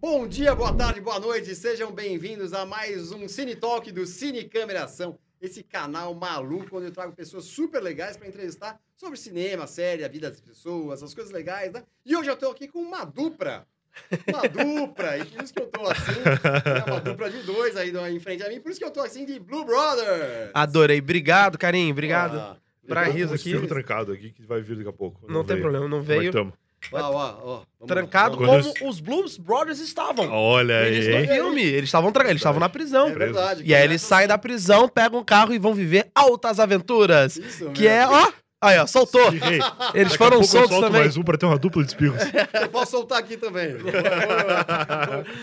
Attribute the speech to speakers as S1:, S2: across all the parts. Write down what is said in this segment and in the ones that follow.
S1: Bom dia, boa tarde, boa noite, sejam bem-vindos a mais um Cine Talk do Cine Câmeração, esse canal maluco onde eu trago pessoas super legais para entrevistar sobre cinema, série, a vida das pessoas, as coisas legais, né? E hoje eu tô aqui com uma dupla, uma dupla, e por isso que eu tô assim, é uma dupla de dois aí do- em frente a mim, por isso que eu tô assim de Blue Brother.
S2: Adorei. Obrigado, Carinho. Ah, Obrigado.
S1: Ah,
S2: Pra
S1: legal.
S2: Tá riso
S3: Um
S2: aqui.
S3: espirro trancado aqui que vai vir daqui a pouco.
S2: não tem
S3: veio.
S2: problema, não
S3: Como é que
S2: veio.
S3: tamo?
S1: Ó, ó, ó, vamos lá,
S2: Trancado
S1: vamos lá.
S3: Quando
S2: como os Blues Brothers estavam.
S3: Ah, Olha
S2: Eles
S3: aí,
S2: no
S3: hein?
S2: filme. Eles estavam tra- eles estavam na prisão.
S1: É verdade.
S2: E aí eles saem da prisão, pegam um carro e vão viver altas aventuras.
S1: Isso
S2: Que é,
S1: mesmo.
S2: ó. Aí, ó, soltou.
S3: Espirrei.
S2: Eles
S3: Daqui a
S2: foram
S3: pouco eu
S2: soltos
S3: solto
S2: também.
S3: mais um pra ter uma dupla de espirros.
S1: Eu posso soltar aqui também.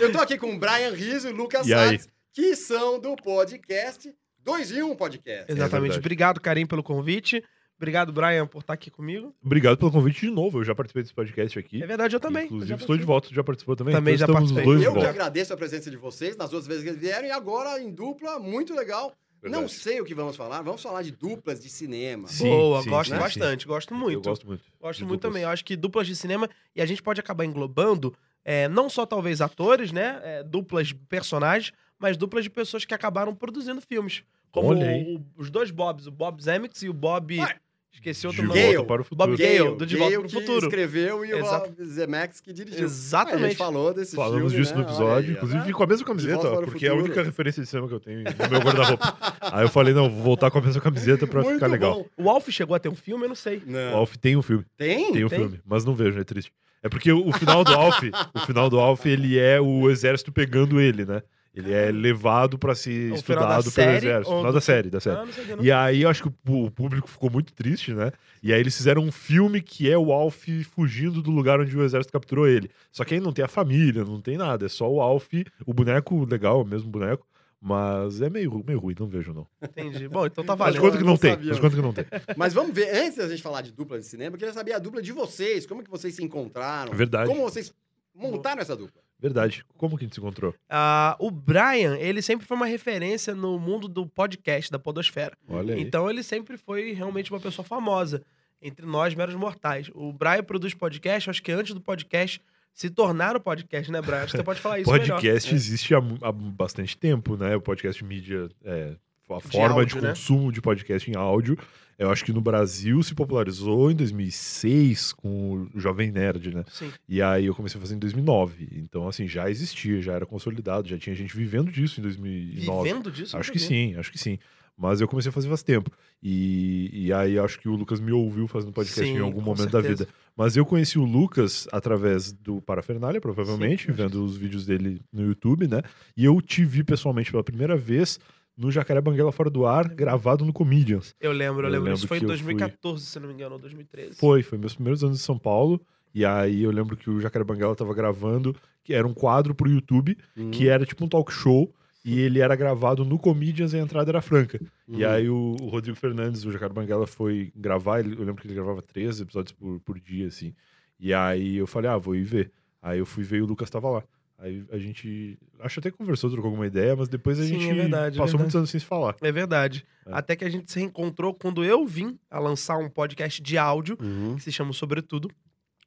S1: Eu tô aqui com o Brian Rizzo e Lucas
S3: E aí?
S1: Salles, que são do podcast 2 em 1 Podcast.
S2: Exatamente.
S3: um. É verdade.
S2: Obrigado, Carinho, pelo convite. Obrigado, Brian, por estar aqui comigo.
S3: Obrigado pelo convite de novo. Eu já participei desse podcast aqui.
S2: É verdade, eu também.
S3: Inclusive,
S2: Eu já
S3: estou de volta. Tu já participou também?
S2: Também já
S3: então, estamos os
S2: participei.
S3: dois de
S1: Eu que
S3: volta.
S1: agradeço a presença de vocês nas duas vezes que eles vieram e agora em dupla, muito legal.
S3: Verdade.
S1: Não sei o que vamos falar, vamos falar de duplas de cinema.
S3: Sim,
S2: Boa,
S3: sim,
S2: gosto
S3: sim, sim.
S2: bastante, gosto é muito.
S3: Eu gosto muito.
S2: Gosto
S3: de
S2: muito
S3: duplas.
S2: também. Eu acho que duplas de cinema, e a gente pode acabar englobando é, não só talvez atores, né? é, duplas de personagens, mas duplas de pessoas que acabaram produzindo filmes. Como
S3: Olha aí.
S2: o- o- os dois Bobs, o Bob Zemeckis e o Bob.
S1: Ué.
S2: Esqueci outro
S3: de
S2: nome.
S1: Gale.
S3: volta para o futuro.
S2: Bob Gale, do De Volta
S1: Gale
S2: pro
S1: que
S2: Futuro.
S1: escreveu e
S2: Exato.
S1: o Bob Zemeckis que dirigiu.
S2: Exatamente.
S1: A gente falou desse
S3: Falamos
S1: filme,
S3: disso
S1: né?
S3: no episódio,
S1: Olha aí, ó.
S3: inclusive com a mesma
S1: De
S3: camiseta,
S1: Volta
S3: ó,
S1: para o
S3: porque é a
S1: Futuro.
S3: única referência de cinema que eu tenho no meu guarda-roupa. Aí eu falei, não, vou voltar com a mesma camiseta pra
S1: Muito
S3: ficar legal.
S1: bom.
S2: O Alf chegou a ter um filme, eu não sei.
S1: Não.
S3: O Alf tem um filme.
S1: Tem?
S3: Tem o
S2: Tem?
S3: filme, mas não vejo, é triste. É porque o final do Alf, o final do Alf, ele é o exército pegando ele, né? Ele é levado pra ser
S2: É O final da
S3: estudado pelo
S2: série
S3: exército.
S2: ou
S3: Final
S2: do-
S3: da série, da série.
S2: Ah, não sei, eu não-
S3: E aí eu acho que o pu- o público ficou muito triste, né? E aí eles fizeram um filme que é o Alf fugindo do lugar onde o exército capturou ele. Só que aí não tem a família, não tem nada, é só o Alf, o boneco legal, é o mesmo boneco. Mas é meio, ru- meio ruim, não vejo, não.
S2: Entendi. Bom, então tá
S3: Mas
S2: valendo.
S3: quanto que
S1: eu não
S3: não tem?
S1: sabia.
S3: Mas quanto que não tem?
S1: Mas vamos ver, antes da gente falar de dupla de cinema, eu queria saber a dupla de vocês, como que vocês se encontraram?
S3: Verdade.
S1: Como vocês montaram essa dupla?
S3: Verdade. Como que a gente se encontrou?
S2: Ah, o Brian, ele sempre foi uma referência no mundo do podcast, da Podosfera.
S3: Olha aí.
S2: Então ele sempre foi realmente uma pessoa famosa entre nós, meros mortais. O Brian produz podcast, acho que antes do podcast se tornar o podcast, né, Brian? Acho que você pode falar isso melhor.
S3: podcast existe há, mu- há bastante tempo, né? O podcast mídia é a forma
S2: áudio,
S3: de
S2: né?
S3: consumo de podcast em áudio. Eu acho que no Brasil se popularizou em 2006 com o Jovem Nerd, né?
S2: Sim.
S3: E aí eu comecei a fazer em 2009. Então, assim, já existia, já era consolidado, já tinha gente vivendo disso em 2009.
S2: Vivendo disso?
S3: Acho
S2: não
S3: que
S2: sabia.
S3: sim, acho que sim. Mas eu comecei a fazer faz tempo. E, e aí acho que o Lucas me ouviu fazendo podcast
S2: Sim,
S3: em algum
S2: com
S3: momento da
S2: certeza.
S3: vida. Mas eu conheci o Lucas através do Parafernália, provavelmente,
S2: Sim, eu acho
S3: vendo os vídeos dele no YouTube, né? E eu te vi pessoalmente pela primeira vez no Jacaré Banguela Fora do Ar, gravado no Comedians.
S2: Eu lembro, eu,
S3: Eu
S2: lembro.
S3: lembro
S2: Isso foi em
S3: que eu fui-
S2: 2014, se não me engano, ou 2013.
S3: Foi, foi meus primeiros anos em São Paulo. E aí eu lembro que o Jacaré Banguela tava gravando, que era um quadro pro YouTube,
S2: Hum.
S3: que era tipo um talk show. E ele era gravado no Comedians e a entrada era franca. é- E aí
S2: Uhum.
S3: o, o Rodrigo Fernandes, o Jacaré Banguela, foi gravar. ele- eu lembro que ele gravava três episódios por, por dia, assim. E aí eu falei, ah, vou ir ver. Aí eu fui ver e o Lucas tava lá. Aí a gente. Acho até que conversou, trocou alguma ideia, mas depois a
S2: Sim,
S3: gente
S2: é verdade, é
S3: passou
S2: verdade.
S3: muitos anos sem se falar.
S2: É verdade.
S3: É.
S2: Até que a gente se reencontrou quando eu vim a lançar um podcast de áudio,
S1: Uhum.
S2: que se chama o Sobretudo.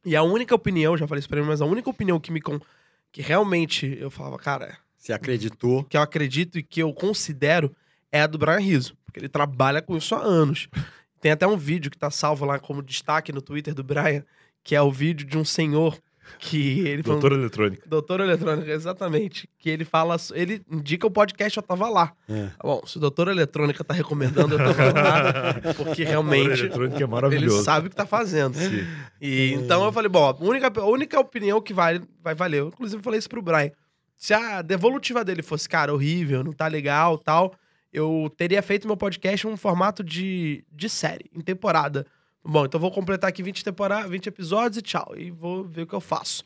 S2: E a única opinião, já falei isso pra ele, mas a única opinião que me. Con... que realmente eu falava, cara,
S1: Você acreditou?
S2: que eu acredito e que eu considero é a do Brian Rizzo, porque ele trabalha com isso há anos. Tem até um vídeo que tá salvo lá como destaque no Twitter do Brian, que é o vídeo de um senhor que ele falando-
S3: Doutor Eletrônica.
S2: Doutor Eletrônica, exatamente. Que ele fala. Ele indica o podcast Eu Tava Lá.
S1: É.
S2: Tá Bom, se o Doutor Eletrônica tá recomendando, eu tô falando nada. Porque
S3: Doutor
S2: realmente.
S3: Eletrônica é
S2: Ele
S3: maravilhoso.
S2: sabe o que tá fazendo.
S3: Sim.
S2: E então eu falei, bom, a única, a única opinião que vale, vai valer. Eu, inclusive, falei isso pro Brian. Se a devolutiva dele fosse, cara, horrível, não tá legal tal, eu teria feito meu podcast em um formato de, de série, em temporada. Bom, então eu vou completar aqui 20, tempora 20 episódios e tchau. E vou ver o que eu faço.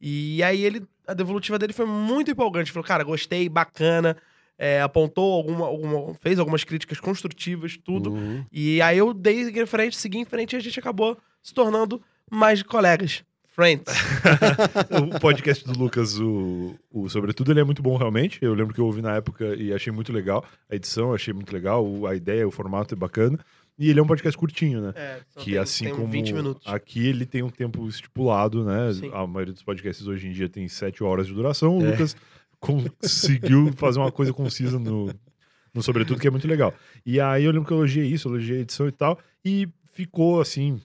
S2: E aí ele, a devolutiva dele foi muito empolgante. Falou, cara, gostei, bacana. é, apontou alguma, alguma. fez algumas críticas construtivas, tudo.
S1: Uhum.
S2: E aí eu dei em frente, segui em frente e a gente acabou se tornando mais colegas. Friends.
S3: o podcast do Lucas, o, o Sobretudo, ele é muito bom realmente. Eu lembro que eu ouvi na época e achei muito legal a edição, achei muito legal, o- a ideia, o formato é bacana. E ele é um podcast curtinho, né?
S2: É, só
S3: que
S2: tem-
S3: assim
S2: tem
S3: como
S2: 20 minutos.
S3: aqui ele tem um tempo estipulado, né?
S2: Sim. É.
S3: A maioria dos podcasts hoje em dia tem sete horas de duração. O Lucas conseguiu fazer uma coisa concisa no, no sobretudo, que é muito legal. E aí eu lembro que eu elogiei isso, elogiei a edição e tal, e ficou assim,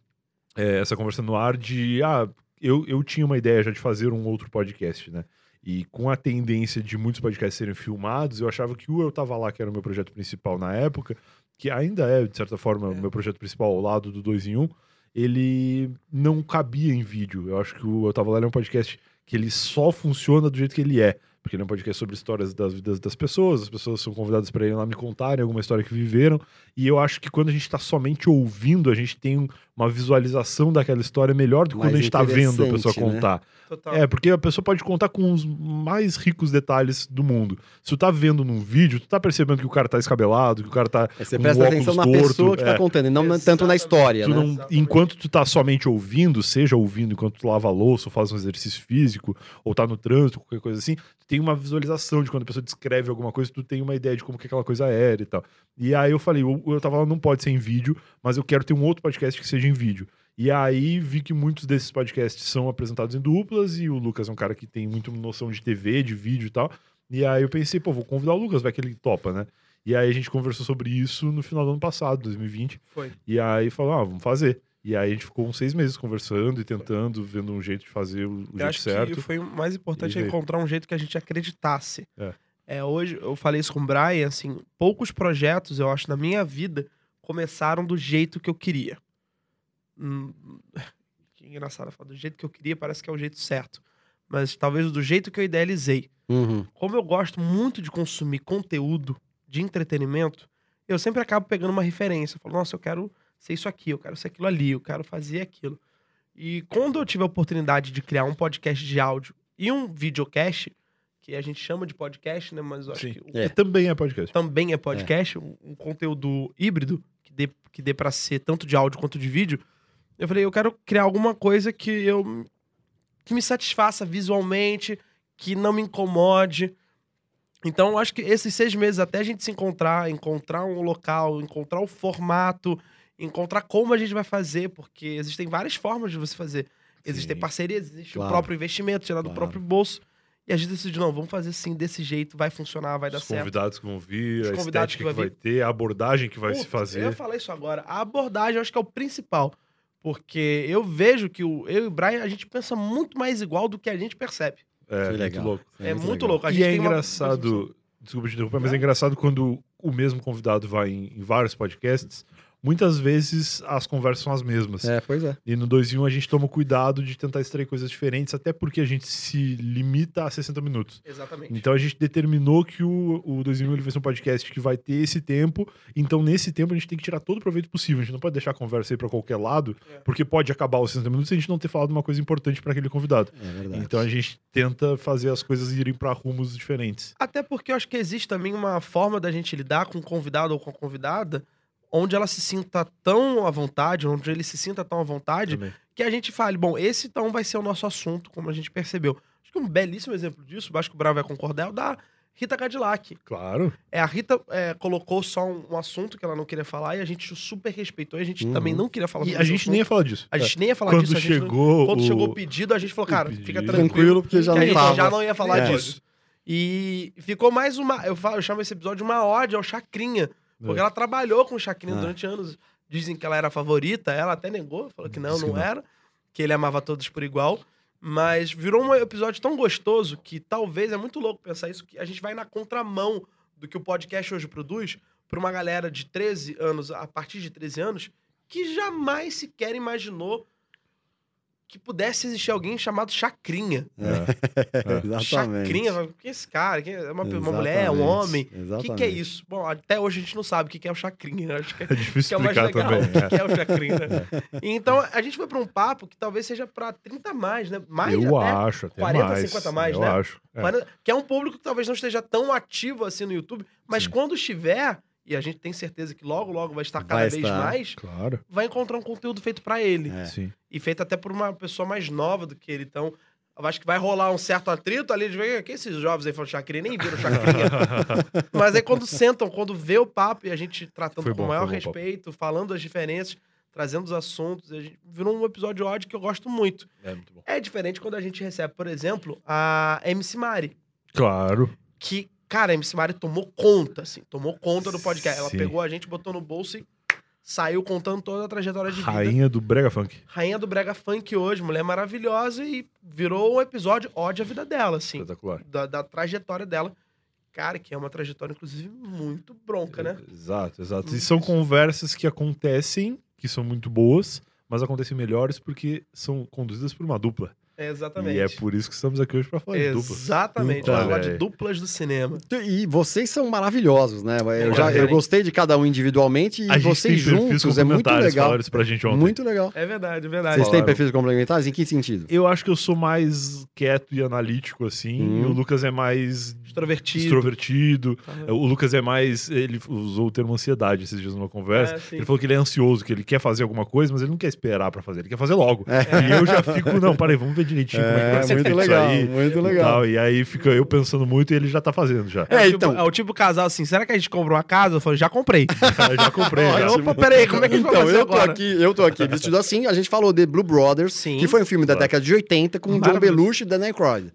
S3: é, essa conversa no ar de ah, eu, eu tinha uma ideia já de fazer um outro podcast, né? E com a tendência de muitos podcasts serem filmados, eu achava que o Eu Tava Lá, que era o meu projeto principal na época, que ainda é, de certa forma, o meu projeto principal ao lado do 2 em 1, ele não cabia em vídeo. Eu acho que o Eu Tava Lá ele é um podcast que ele só funciona do jeito que ele é. Porque ele é um podcast sobre histórias das vidas das pessoas, as pessoas são convidadas para irem lá me contarem alguma história que viveram. E eu acho que quando a gente tá somente ouvindo, a gente tem um- uma visualização daquela história melhor do que quando
S1: Mais
S3: a gente tá vendo a pessoa
S1: interessante, né?
S3: contar.
S2: Total.
S3: É, porque a pessoa pode contar com os mais ricos detalhes do mundo. Se tu tá vendo num vídeo, tu tá percebendo que o cara tá escabelado, que o cara tá.
S1: É, Você
S3: com
S1: presta
S3: óculos
S1: atenção na
S3: torto,
S1: pessoa que
S3: é.
S1: tá contando, e não na- tanto na
S2: Exatamente.
S1: história,
S3: Tu
S1: né?
S3: não-
S2: Exatamente.
S3: enquanto tu tá somente ouvindo, seja ouvindo enquanto tu lava a louça, ou faz um exercício físico, ou tá no trânsito, qualquer coisa assim, tu tem uma visualização de quando a pessoa descreve alguma coisa, tu tem uma ideia de como que aquela coisa era e tal. E aí eu falei, eu, eu tava lá, não pode ser em vídeo, mas eu quero ter um outro podcast que seja em vídeo. E aí vi que muitos desses podcasts são apresentados em duplas, e o Lucas é um cara que tem muito noção de TV, de vídeo e tal. E aí eu pensei, pô, vou convidar o Lucas, vai que ele topa, né? E aí a gente conversou sobre isso no final do ano passado, 2020.
S2: Foi.
S3: E aí falou, ah, vamos fazer. E aí a gente ficou uns seis meses conversando e tentando, vendo um jeito de fazer o, o
S2: eu
S3: jeito
S2: acho
S3: certo.
S2: que foi o mais importante
S3: E
S2: é
S3: veio.
S2: encontrar um jeito que a gente acreditasse.
S3: É.
S2: É, hoje, eu falei isso com o Brian, assim, poucos projetos, eu acho, na minha vida, começaram do jeito que eu queria. Hum, que engraçado falar, do jeito que eu queria parece que é o jeito certo. Mas talvez do jeito que eu idealizei.
S1: Uhum.
S2: Como eu gosto muito de consumir conteúdo de entretenimento, eu sempre acabo pegando uma referência. Eu falo, nossa, eu quero ser isso aqui, eu quero ser aquilo ali, eu quero fazer aquilo. E quando eu tive a oportunidade de criar um podcast de áudio e um videocast, que a gente chama de podcast, né? Mas eu acho
S3: Sim.
S2: que o
S1: É.
S3: E também é podcast.
S2: também é podcast, um- um conteúdo híbrido, que dê, que dê para ser tanto de áudio quanto de vídeo. Eu falei, eu quero criar alguma coisa que eu que me satisfaça visualmente, que não me incomode. Então, eu acho que esses seis meses até a gente se encontrar, encontrar um local, encontrar o formato, encontrar como a gente vai fazer, porque existem várias formas de você fazer. Existem
S3: Sim.
S2: parcerias, existe
S1: Claro.
S2: o próprio investimento, tirar do
S1: Claro.
S2: próprio bolso. E a gente decidiu, não, vamos fazer sim, desse jeito, vai funcionar, vai dar
S3: Os
S2: certo.
S3: convidados que vão vir,
S2: Os
S3: a
S2: convidados que
S3: estética que
S2: vai
S3: vai,
S2: vir.
S3: ter, a abordagem que vai se
S2: Putz, é Eu ia
S3: fazer.
S2: falar isso agora. A abordagem eu acho que é o principal. Porque eu vejo que o, eu e o Brian, a gente pensa muito mais igual do que a gente percebe.
S3: É,
S1: Que
S3: muito
S1: legal.
S3: louco.
S2: É, muito,
S1: legal.
S2: louco. A gente
S3: E é
S2: tem uma-
S3: engraçado, desculpa te interromper,
S2: Né?
S3: mas é engraçado quando o mesmo convidado vai em, em vários podcasts, muitas vezes as conversas são as mesmas.
S1: É, pois é.
S3: E no 2 em 1 a gente toma o cuidado de tentar extrair coisas diferentes, até porque a gente se limita a 60 minutos.
S2: Exatamente.
S3: Então a gente determinou que o, o 2000 ele vai ser um podcast que vai ter esse tempo. Então nesse tempo a gente tem que tirar todo o proveito possível. A gente não pode deixar a conversa aí pra qualquer lado,
S2: É.
S3: porque pode acabar os 60 minutos e a gente não ter falado uma coisa importante pra aquele convidado.
S1: É verdade.
S3: Então a gente tenta fazer as coisas irem pra rumos diferentes.
S2: Até porque eu acho que existe também uma forma da gente lidar com o convidado ou com a convidada onde ela se sinta tão à vontade, onde ele se sinta tão à vontade,
S3: Também.
S2: que a gente fale, bom, esse então vai ser o nosso assunto, como a gente percebeu. Acho que um belíssimo exemplo disso, acho que o Bravo vai concordar, é o da Rita Cadillac.
S3: Claro.
S2: É, a Rita é, colocou só um, um assunto que ela não queria falar e a gente super respeitou e a gente
S1: Uhum.
S2: também não queria falar
S3: E
S2: sobre
S3: a
S2: esse
S3: gente
S2: assunto.
S3: nem ia falar disso.
S2: um
S3: É.
S2: A gente nem ia falar
S3: Quando
S2: disso. a gente não-
S3: chegou.
S2: Quando
S3: o- É,
S2: chegou o pedido, a gente falou,
S3: o
S2: cara,
S3: pedido.
S2: fica tranquilo.
S1: Tranquilo, porque já
S2: que a
S1: não
S2: gente
S1: tava.
S2: já não ia falar
S1: É.
S2: disso. E ficou mais uma. Eu, falo, eu chamo esse episódio de uma ódio ao Chacrinha. Porque
S3: É.
S2: ela trabalhou com o Chacrinha
S1: É.
S2: durante anos. Dizem que ela era a favorita, ela até negou, falou que não,
S3: Disse que
S2: não
S3: não.
S2: era. Que ele amava todos por igual. Mas virou um episódio tão gostoso que talvez é muito louco pensar isso, que a gente vai na contramão do que o podcast hoje produz para uma galera de 13 anos, a partir de 13 anos, que jamais sequer imaginou que pudesse existir alguém chamado Chacrinha.
S3: É.
S1: Exatamente.
S2: Chacrinha, mas quem é esse cara? Quem é? É uma, uma
S1: Exatamente.
S2: mulher, é um homem? O
S1: Exatamente.
S2: que, que é isso? Bom, até hoje a gente não sabe o que, que é o Chacrinha. né? Acho que,
S3: É difícil
S2: que é o mais
S3: explicar
S2: legal.
S3: também.
S2: O que, que é o Chacrinha? né? Então a gente foi para um papo que talvez seja para 30 a mais, né? Mais
S3: eu
S2: até.
S3: acho, até
S2: 40,
S3: mais.
S2: 50 mais,
S3: eu
S2: né?
S3: acho. É.
S2: Para- Que é um público que talvez não esteja tão ativo assim no YouTube, mas
S3: Sim.
S2: quando estiver, e a gente tem certeza que logo, logo vai estar cada
S1: Vai
S2: vez
S1: estar.
S2: mais,
S3: Claro.
S2: vai encontrar um conteúdo feito para ele.
S1: É.
S3: Sim.
S2: E feito até por uma pessoa mais nova do que ele. Então, Eu acho que vai rolar um certo atrito ali de ver que esses jovens aí falam chacrinha, nem viram chacrinha. Mas aí quando sentam, quando vê o papo e a gente tratando
S3: Foi
S2: com
S3: bom,
S2: o maior
S3: foi bom o papo.
S2: respeito, falando as diferenças, trazendo os assuntos, a gente virou um episódio ódio que eu gosto muito.
S3: É muito bom.
S2: É diferente quando a gente recebe, por exemplo, a MC Mari,
S3: Claro.
S2: que, cara, a MC Mari tomou conta, assim, tomou conta do podcast. Ela
S3: Sim.
S2: pegou a gente, botou no bolso e saiu contando toda a trajetória de vida.
S3: Rainha do Brega Funk.
S2: Rainha do Brega Funk hoje, mulher maravilhosa, e virou um episódio ódio à vida dela, assim.
S3: Espetacular.
S2: Da, da trajetória dela. Cara, que é uma trajetória, inclusive, muito bronca, né?
S3: Exato,
S1: Hum.
S3: exato. E são conversas que acontecem, que são muito boas, mas acontecem melhores porque são conduzidas por uma dupla.
S2: É, exatamente.
S3: E é por isso que estamos aqui hoje pra falar de dupla.
S2: Exatamente.
S3: Então,
S2: Vamos falar de
S3: velho.
S2: duplas do cinema.
S1: E vocês são maravilhosos, né? Eu,
S2: Obrigado,
S1: já, eu
S2: Karen.
S1: gostei de cada um individualmente e
S3: A gente
S1: vocês
S3: tem perfis
S1: juntos é muito
S3: complementares,
S1: legal.
S3: Falaram isso pra gente ontem. Tá
S1: Muito legal.
S2: É verdade, é verdade.
S1: Vocês têm
S3: Falaram.
S1: perfis complementares? Em que sentido?
S3: Eu acho que eu sou mais quieto e analítico, assim.
S1: Hum.
S3: E o Lucas é mais
S2: Extrovertido. Tá
S3: extrovertido.
S2: Aham.
S3: O Lucas é mais. Ele usou o termo ansiedade esses dias numa conversa.
S2: É, sim.
S3: ele falou que ele é ansioso, que ele quer fazer alguma coisa, mas ele não quer esperar pra fazer, ele quer fazer logo.
S1: É.
S3: E eu já fico, não, parei, vamos ver direitinho como é que vai ser feito isso aí. Tá
S1: muito
S3: e tal. E aí fica eu pensando muito e ele já tá fazendo já.
S2: É,
S1: É,
S2: o tipo,
S1: então.
S2: é o tipo casal assim, será que a gente comprou uma casa? Eu falo, já comprei.
S3: Eu já comprei. já.
S2: Olha, opa, peraí, como é que a gente vai
S1: Então,
S2: fazer
S1: eu tô,
S2: agora?
S1: aqui, eu tô aqui vestido assim. A gente falou de Blue Brothers,
S2: Sim.
S1: que foi um filme da
S3: Claro.
S1: década de 80 com John
S2: Maravilhoso.
S1: Belushi e Dan Aykroyd.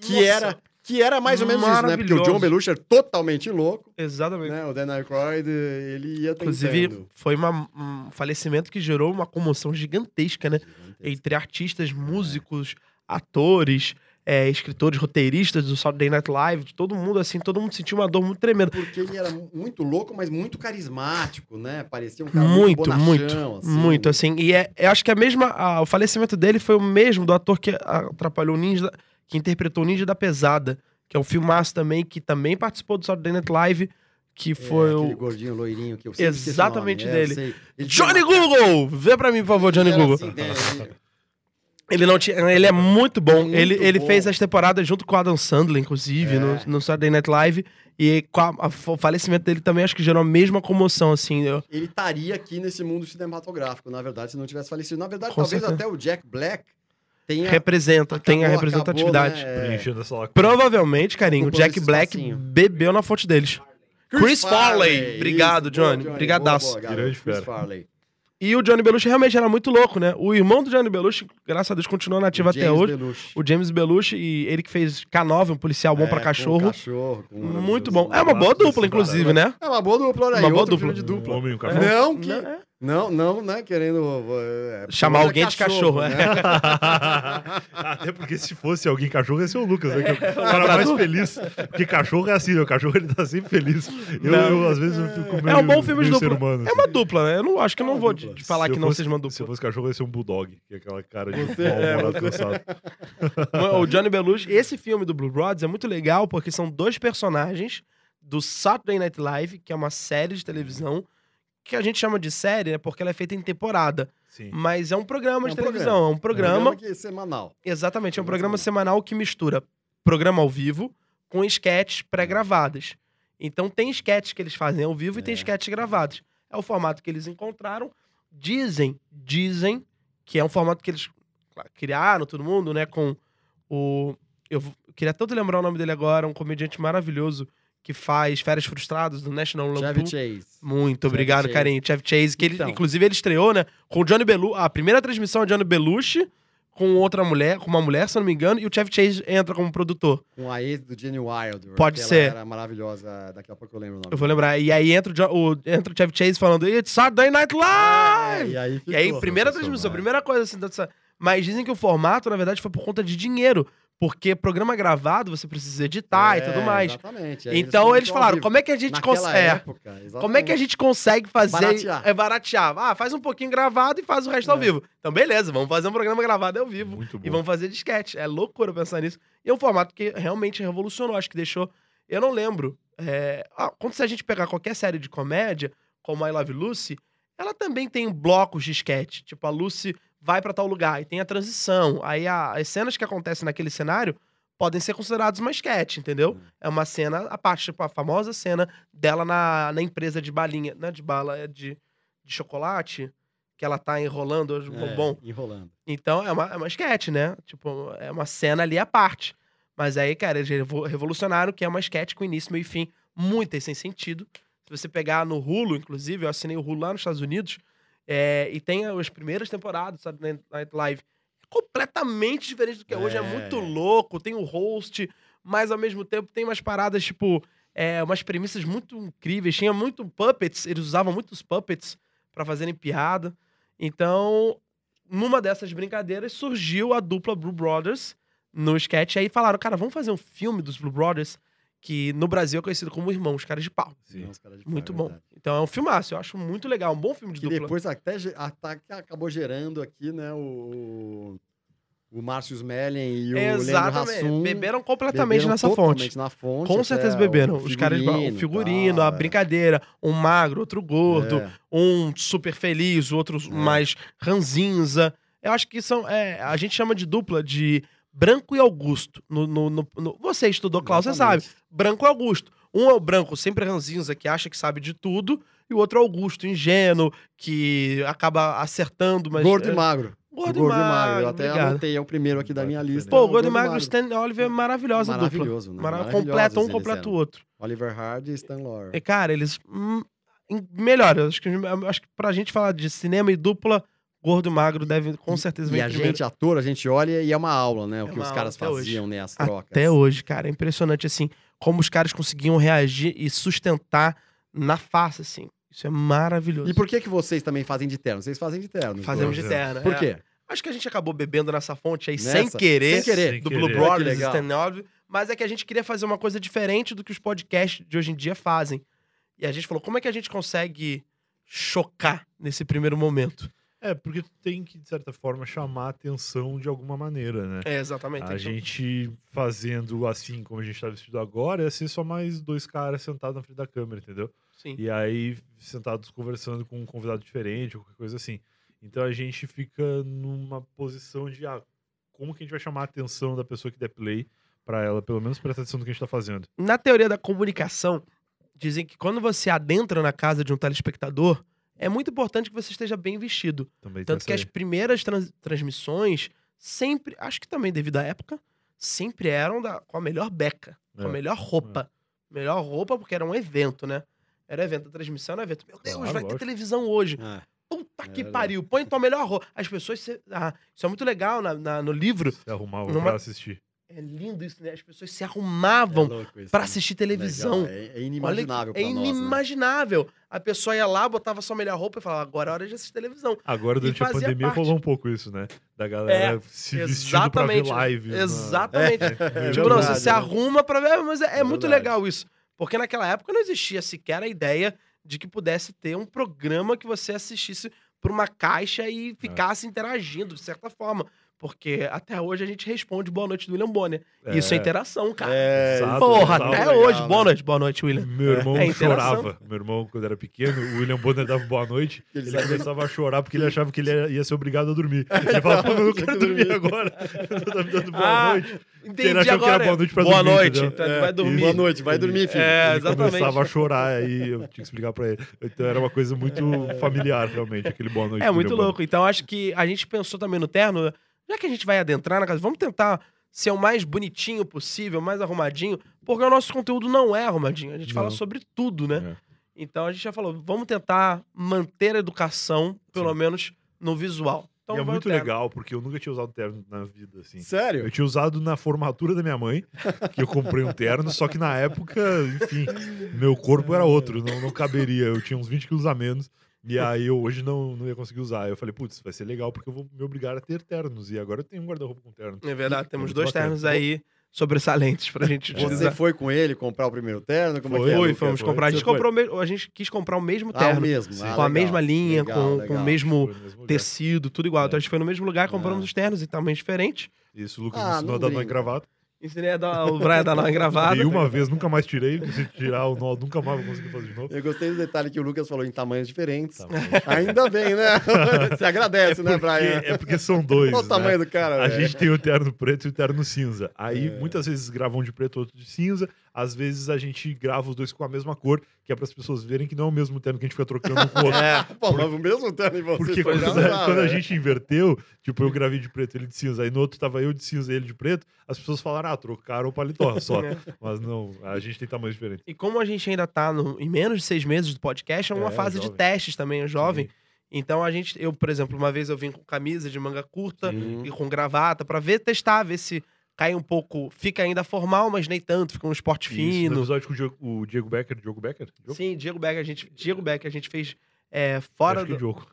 S1: Que
S2: Nossa.
S1: era, que era mais ou menos isso, né? Porque o
S2: Maravilhoso.
S1: John Belushi era totalmente louco,
S2: Exatamente.
S1: né? O Dan Aykroyd, ele ia tentando.
S2: Inclusive, foi uma- um falecimento que gerou uma comoção gigantesca, né? Entre artistas, músicos, atores, é, escritores, roteiristas do Saturday Night Live, de todo mundo, assim, todo mundo sentiu uma dor muito tremenda.
S1: Porque ele era muito louco, mas muito carismático, né? Parecia um cara muito,
S2: muito,
S1: bonachão,
S2: muito,
S1: assim.
S2: muito, assim. E é, eu acho que a mesma, a- o falecimento dele foi o mesmo do ator que atrapalhou o Ninja, que interpretou o Ninja da Pesada, que é um filmaço também, que também participou do Saturday Night Live, que
S1: É,
S2: foi
S1: aquele
S2: o...
S1: gordinho loirinho que eu sempre esqueço o
S2: Exatamente
S1: nome, é, eu
S2: dele.
S1: sei. Ele tinha
S2: Johnny
S1: uma-
S2: Google! Vê pra mim, por favor, Johnny
S1: Ele era
S2: Google.
S1: assim, né? Ele-
S2: Ele não tinha. Ele é muito bom.
S1: Muito
S2: ele ele
S1: bom.
S2: fez as temporadas junto com o Adam Sandler, inclusive,
S1: É.
S2: no, no Saturday Night Live. E com a- a- o falecimento dele também acho que gerou a mesma comoção, assim. Eu,
S1: ele estaria aqui nesse mundo cinematográfico, na verdade, se não tivesse falecido. Na verdade,
S2: Com
S1: talvez
S2: certeza.
S1: até o Jack Black tenha.
S2: representa, tem a
S1: acabou-
S2: representatividade.
S1: acabou, né? É.
S3: Preenchendo essa lacuna.
S2: Provavelmente, carinho, o
S1: Ocupando
S2: Jack
S1: esse
S2: Black
S1: espacinho.
S2: bebeu na fonte deles. Chris Farley. Obrigado,
S1: Isso, boa,
S2: Johnny. Obrigadaço.
S1: Boa, boa, garoto.
S3: Grande
S1: Chris
S3: fera.
S1: Farley.
S2: E o Johnny Belushi realmente era muito louco, né? O irmão do Johnny Belushi, graças a Deus, continua nativo
S1: O
S2: até
S1: James
S2: hoje.
S1: Belushi.
S2: O James Belushi, e ele que fez K9, um policial bom
S1: É,
S2: pra
S1: com
S2: cachorro.
S1: cachorro, né? com-
S2: Muito bom. É uma boa
S3: Maravilhoso,
S2: dupla, inclusive, né?
S1: É uma boa dupla, né?
S2: Uma
S1: E
S2: boa
S1: outro
S2: dupla.
S1: filme de
S3: Um
S1: dupla.
S3: homem e um cachorro.
S1: Não, que,
S2: Não, é.
S1: não, não, né? Querendo. é,
S2: Chamar
S1: pelo menos é
S2: alguém de cachorro,
S1: né?
S3: Até porque se fosse alguém cachorro, ia ser o Lucas, né? Que é o cara mais feliz. Porque cachorro é assim, o cachorro ele tá sempre feliz. Eu,
S2: Não.
S3: eu, às vezes, eu fico meio,
S2: É um bom filme de
S3: meio ser
S2: dupla.
S3: humano.
S2: É uma dupla, né? Eu não acho que eu
S1: É uma
S2: não vou
S1: dupla.
S2: de- de falar
S3: Se eu
S2: que não
S3: fosse-
S2: seja uma
S3: Se eu
S2: dupla.
S3: fosse cachorro, ia ser um bulldog. Que é aquela cara de
S1: Você-
S3: mal-humorado cansado.
S2: O Johnny Belushi, esse filme do Blue Brothers é muito legal porque são dois personagens do Saturday Night Live, que é uma série de televisão que a gente chama de série, né? Porque ela é feita em temporada,
S3: Sim.
S2: mas é um
S1: É
S2: programa de
S1: um
S2: televisão, é um programa,
S1: que é semanal.
S2: exatamente, é um
S1: Programa
S2: programa semanal que mistura programa ao vivo com esquetes pré-gravadas. Então tem esquetes que eles fazem ao vivo e tem
S1: É.
S2: esquetes gravados. É o formato que eles encontraram. Dizem, dizem que é um formato que eles claro, criaram, todo mundo, né? Com o. Eu v- queria tanto lembrar o nome dele agora, um comediante maravilhoso que faz Férias Frustradas do National
S1: Chevy
S2: Lampoon.
S1: Chase.
S2: Muito
S1: Chevy
S2: obrigado,
S1: Chase.
S2: carinho. Chevy Chase, que ele,
S1: Então.
S2: inclusive ele estreou, né? Com o Johnny Belushi. A primeira transmissão é Johnny Belushi com outra mulher, com uma mulher, se eu não me engano, e o Chevy Chase entra como produtor.
S1: Com a ex do Jenny Wilder.
S2: Pode
S1: que
S2: ser.
S1: Ela era maravilhosa. Daqui a pouco eu lembro o nome.
S2: Eu vou lembrar. E aí entra o, Jo- o- entra o Chevy Chase falando: It's Saturday Night
S1: É,
S2: Live!
S1: e aí, ficou.
S2: E aí, primeira
S3: sensacional.
S2: transmissão, primeira coisa assim. dessa- Mas dizem que o formato, na verdade, foi por conta de dinheiro. Porque programa gravado você precisa editar
S1: É,
S2: e tudo mais.
S1: Exatamente. Aí
S2: Então
S1: colocam
S2: eles
S1: ao
S2: falaram:
S1: vivo.
S2: como é que a gente
S1: Naquela
S2: consegue. é,
S1: época, exatamente.
S2: Como é que a gente consegue fazer.
S1: Baratear.
S2: É baratear. Ah, faz um pouquinho gravado e faz o resto ao
S1: É.
S2: vivo. Então, beleza, vamos fazer um programa gravado ao vivo.
S3: Muito bom.
S2: E vamos fazer disquete. É loucura pensar nisso. E é um formato que realmente revolucionou. Acho que deixou. Eu não lembro. É... ah, quando se a gente pegar qualquer série de comédia, como I Love Lucy, ela também tem blocos de sketch. Tipo, a Lucy vai pra tal lugar e tem a transição. Aí a- as cenas que acontecem naquele cenário podem ser consideradas uma sketch, entendeu?
S3: Uhum.
S1: Hum.
S2: É uma cena, a parte, tipo, a famosa cena dela na, na empresa de balinha, né? De bala, é de, de chocolate. que ela tá enrolando hoje um
S1: É,
S2: bombom.
S1: Enrolando.
S2: Então é uma, é uma sketch, né? Tipo, é uma cena ali à parte. Mas aí, cara, eles revo- revolucionaram que é uma sketch com início, meio e fim. Muitas sem sentido. Se você pegar no Hulu, inclusive, eu assinei o Hulu lá nos Estados Unidos, é, e tem as primeiras temporadas, sabe, Night Night Live. É completamente diferente do que é hoje, é
S1: É.
S2: muito louco, tem o host, mas ao mesmo tempo tem umas paradas, tipo, é, umas premissas muito incríveis. Tinha muito puppets, eles usavam muitos puppets pra fazerem piada. Então, numa dessas brincadeiras, surgiu a dupla Blue Brothers no sketch. Aí falaram, cara, vamos fazer um filme dos Blue Brothers, que no Brasil é conhecido como Irmãos Caras de Pau.
S3: Sim.
S1: Nossa, cara de pau,
S2: Muito
S1: é
S2: bom.
S1: verdade.
S2: Então é um filmaço, eu acho muito legal, um bom filme de
S1: Que
S2: dupla.
S1: depois até, ge- até que acabou gerando aqui, né, o, o Márcio Smelling e o Leandro Hassum.
S2: beberam completamente
S1: beberam
S2: nessa
S1: totalmente
S2: fonte.
S1: na fonte.
S2: Com
S1: até
S2: certeza
S1: o
S2: beberam. Os caras, de pau, o
S1: figurino e
S2: figurino,
S1: tal,
S2: a
S1: é.
S2: brincadeira, um magro, outro gordo,
S1: É.
S2: um super feliz, outro mais ranzinza. Eu acho que são. é, a gente chama de dupla de Branco e Augusto. No, no- no- no- você estudou, Klaus, você sabe.
S1: Exatamente.
S2: Branco e Augusto. Um é o branco, sempre ranzinza, que acha que sabe de tudo, e o outro é o Augusto, ingênuo, que acaba acertando, mas.
S1: Gordo
S2: é,
S1: e magro.
S2: Gordo,
S1: Gordo e magro. Eu até
S2: obrigado.
S1: anotei, é o primeiro aqui da minha lista.
S2: Pô,
S1: é
S2: o
S1: o
S2: Gordo e Magro, Stan Oliver é maravilhosa a dupla.
S1: Maravilhoso, né?
S2: Mara...
S1: Maravilhosos
S2: Completa um,
S1: eles
S2: completa o
S1: eram.
S2: outro. É
S1: Oliver Hardy e Stan Laurel.
S2: E, cara, eles. Hum, em- melhor, eu acho que, eu acho que pra gente falar de cinema e dupla, Gordo e Magro deve com certeza vir
S1: E a
S2: primeiro.
S1: gente, ator, a gente olha e é uma aula, né? O
S2: É
S1: que
S2: uma
S1: os caras
S2: aula até hoje.
S1: faziam, né? As trocas.
S2: Até hoje, cara. É impressionante, assim, como os caras conseguiam reagir e sustentar na face, assim. Isso é maravilhoso.
S1: E por que que vocês também fazem de terno? Vocês fazem de terno. os
S2: Fazemos
S1: dois.
S2: de
S3: Pois é.
S2: terno.
S1: Por
S2: é.
S1: quê?
S2: Acho que a gente acabou bebendo nessa fonte aí sem
S1: Nessa?
S2: querer.
S1: Sem querer.
S3: Sem
S2: do Blue
S3: querer.
S1: Olha
S2: Brothers,
S1: que legal.
S2: Stan Oliver, mas é que a gente queria fazer uma coisa diferente do que os podcasts de hoje em dia fazem. E a gente falou, como é que a gente consegue chocar nesse primeiro momento?
S3: É, porque tu tem que, de certa forma, chamar a atenção de alguma maneira, né?
S2: É, exatamente.
S3: A gente fazendo assim como a gente tá vestido agora, ia ser só mais dois caras sentados na frente da câmera, entendeu?
S2: Sim.
S3: E aí, sentados conversando com um convidado diferente, ou qualquer coisa assim. Então a gente fica numa posição de ah, como que a gente vai chamar a atenção da pessoa que der play pra ela, pelo menos prestar atenção no que a gente tá fazendo.
S2: Na teoria da comunicação, dizem que quando você adentra na casa de um telespectador, é muito importante que você esteja bem vestido.
S3: Também tá tem
S2: Tanto que as
S3: essa
S2: primeiras trans- transmissões sempre, acho que também devido à época, sempre eram da- com a melhor beca, com a
S3: É,
S2: melhor roupa. Melhor roupa porque era um evento, né? Era evento, a transmissão era um evento. Meu Deus,
S3: Claro,
S2: vai ter
S3: lógico. né?
S2: televisão hoje.
S1: Ah,
S2: Puta
S1: É
S2: que
S1: verdade.
S2: pariu, põe tua melhor roupa. As pessoas. se- ah, isso é muito legal na- na- no
S3: aí,
S2: livro.
S3: se arrumar
S2: numa-
S3: pra assistir.
S2: É lindo isso, né? As pessoas se
S1: é
S2: arrumavam
S1: louco isso,
S2: Tá pra
S1: né?
S2: assistir televisão.
S1: Legal, É, é
S2: Olha que-
S1: inimaginável
S2: É
S1: pra nós, né?
S2: inimaginável. A pessoa ia lá, botava sua melhor roupa e falava: agora é hora de assistir televisão.
S3: Agora, durante a
S2: fazia
S3: pandemia,
S2: parte. É,
S3: rolou um pouco isso, né? Da galera se vestindo pra ver né?
S2: Exatamente.
S3: live. na-
S2: Exatamente.
S1: É
S2: Tipo, não, você
S1: verdade,
S2: se
S1: né?
S2: arruma pra ver, mas é, é muito
S1: verdade.
S2: legal isso. Porque naquela época não existia sequer a ideia de que pudesse ter um programa que você assistisse por uma caixa
S1: É.
S2: e ficasse interagindo de certa forma. Porque até hoje a gente responde boa noite do William Bonner.
S3: É.
S2: Isso é interação, cara.
S1: É,
S3: Exato,
S2: Porra,
S3: total.
S2: até
S1: legal,
S2: hoje.
S1: né?
S2: Boa noite, boa noite, William.
S3: Meu irmão
S2: É, interação.
S3: chorava. Meu irmão, quando era pequeno, o William Bonner dava boa noite.
S1: Ele
S3: Ele
S1: sabia-
S3: começava a chorar porque ele achava que ele era- ia ser obrigado a dormir. Ele falava, eu não quero dormir agora. Você tá me dando boa
S2: Ah,
S3: noite.
S2: Entendi
S3: Ele achou que era
S2: agora.
S3: boa noite pra dormir, entendeu?
S2: então ele vai dormir.
S1: Boa noite, vai dormir, filho.
S2: É,
S3: ele
S2: exatamente.
S3: começava a chorar, aí eu tinha que explicar pra ele. Então era uma coisa muito familiar, realmente, aquele boa noite.
S2: É
S3: do
S2: muito
S3: William Bonner.
S2: louco. Então, acho que a gente pensou também no terno. Já que a gente vai adentrar na casa, vamos tentar ser o mais bonitinho possível, mais arrumadinho, porque o nosso conteúdo não é arrumadinho. A gente fala
S3: Não.
S2: sobre tudo, né?
S3: É.
S2: Então, a gente já falou, vamos tentar manter a educação, pelo
S3: Sim.
S2: menos no visual. Então,
S3: E é
S2: vai o
S3: muito
S2: terno.
S3: legal, porque eu nunca tinha usado terno na vida, assim. Eu
S1: Sério?
S3: tinha usado na formatura da minha mãe, que eu comprei um terno, só que na época, enfim, meu corpo era outro, não, não caberia. Eu tinha uns 20 quilos a menos. E aí eu hoje não, não ia conseguir usar. Eu falei, putz, vai ser legal porque eu vou me obrigar a ter ternos. E agora eu tenho um guarda-roupa com terno.
S2: É verdade, temos
S3: muito
S2: dois
S3: bacana.
S2: ternos aí sobressalentes pra gente
S1: Você
S2: utilizar.
S1: foi com ele comprar o primeiro terno? Como
S3: Foi,
S1: é que
S2: Foi,
S1: é,
S2: fomos
S3: foi.
S2: comprar. A
S1: Você
S2: gente,
S1: foi?
S2: comprou o mesmo- a gente quis comprar o mesmo
S1: Ah, o
S2: terno.
S1: mesmo.
S3: Sim.
S1: Ah,
S2: com a
S1: legal,
S2: mesma linha,
S1: legal,
S2: com, com
S1: legal.
S2: o mesmo
S3: Foi no mesmo lugar.
S2: tecido, tudo igual.
S3: É.
S2: Então a gente foi no mesmo lugar, compramos
S1: É.
S2: os ternos e tamanhos diferentes.
S3: Isso, o Lucas
S1: Ah,
S3: me
S1: não
S3: ensinou a dar nó em
S1: brinca.
S3: gravata.
S2: Ensinei a dar, o Brian a dar nó em gravada.
S3: E uma vez, nunca mais tirei. Se tirar o nó, nunca mais vou conseguir fazer de novo.
S1: Eu gostei do detalhe que o Lucas falou em tamanhos diferentes.
S3: Tá bom.
S1: Ainda bem, né? Você agradece, né, Brian?
S3: Porque- é porque são dois.
S1: Olha o
S3: né?
S1: tamanho do cara,
S3: A
S1: velho.
S3: gente tem o terno preto e o terno cinza. Aí muitas vezes gravam de preto, outro de cinza. Às vezes a gente grava os dois com a mesma cor, que é para as pessoas verem que não é o mesmo terno que a gente fica trocando um com o outro.
S1: Pô, mas o mesmo terno em você.
S3: Porque
S1: foi tá, né?
S3: quando,
S1: lá,
S3: quando a
S1: velho.
S3: gente inverteu, tipo, eu gravei de preto, ele de cinza, aí no outro tava eu de cinza e ele de preto, as pessoas falaram, ah, trocaram o paletó só. Mas não, a gente tem tamanhos diferentes.
S2: E como a gente ainda tá no- em menos de seis meses do podcast, é uma
S3: É,
S2: fase de
S3: jovem.
S2: testes também, é jovem. Então a gente, eu, por exemplo, uma vez eu vim com camisa de manga curta
S1: Sim.
S2: e com gravata pra ver, testar, ver se cai um pouco, fica ainda formal, mas nem tanto, fica um esporte
S3: Isso, né? no
S2: fino.
S3: episódio com o Diego, o Diego Becker, Diogo Becker? Diogo?
S2: Sim, Diego Becker, a gente, Diego Becker, a gente fez é, fora
S3: Acho que
S2: do-
S3: é Diogo.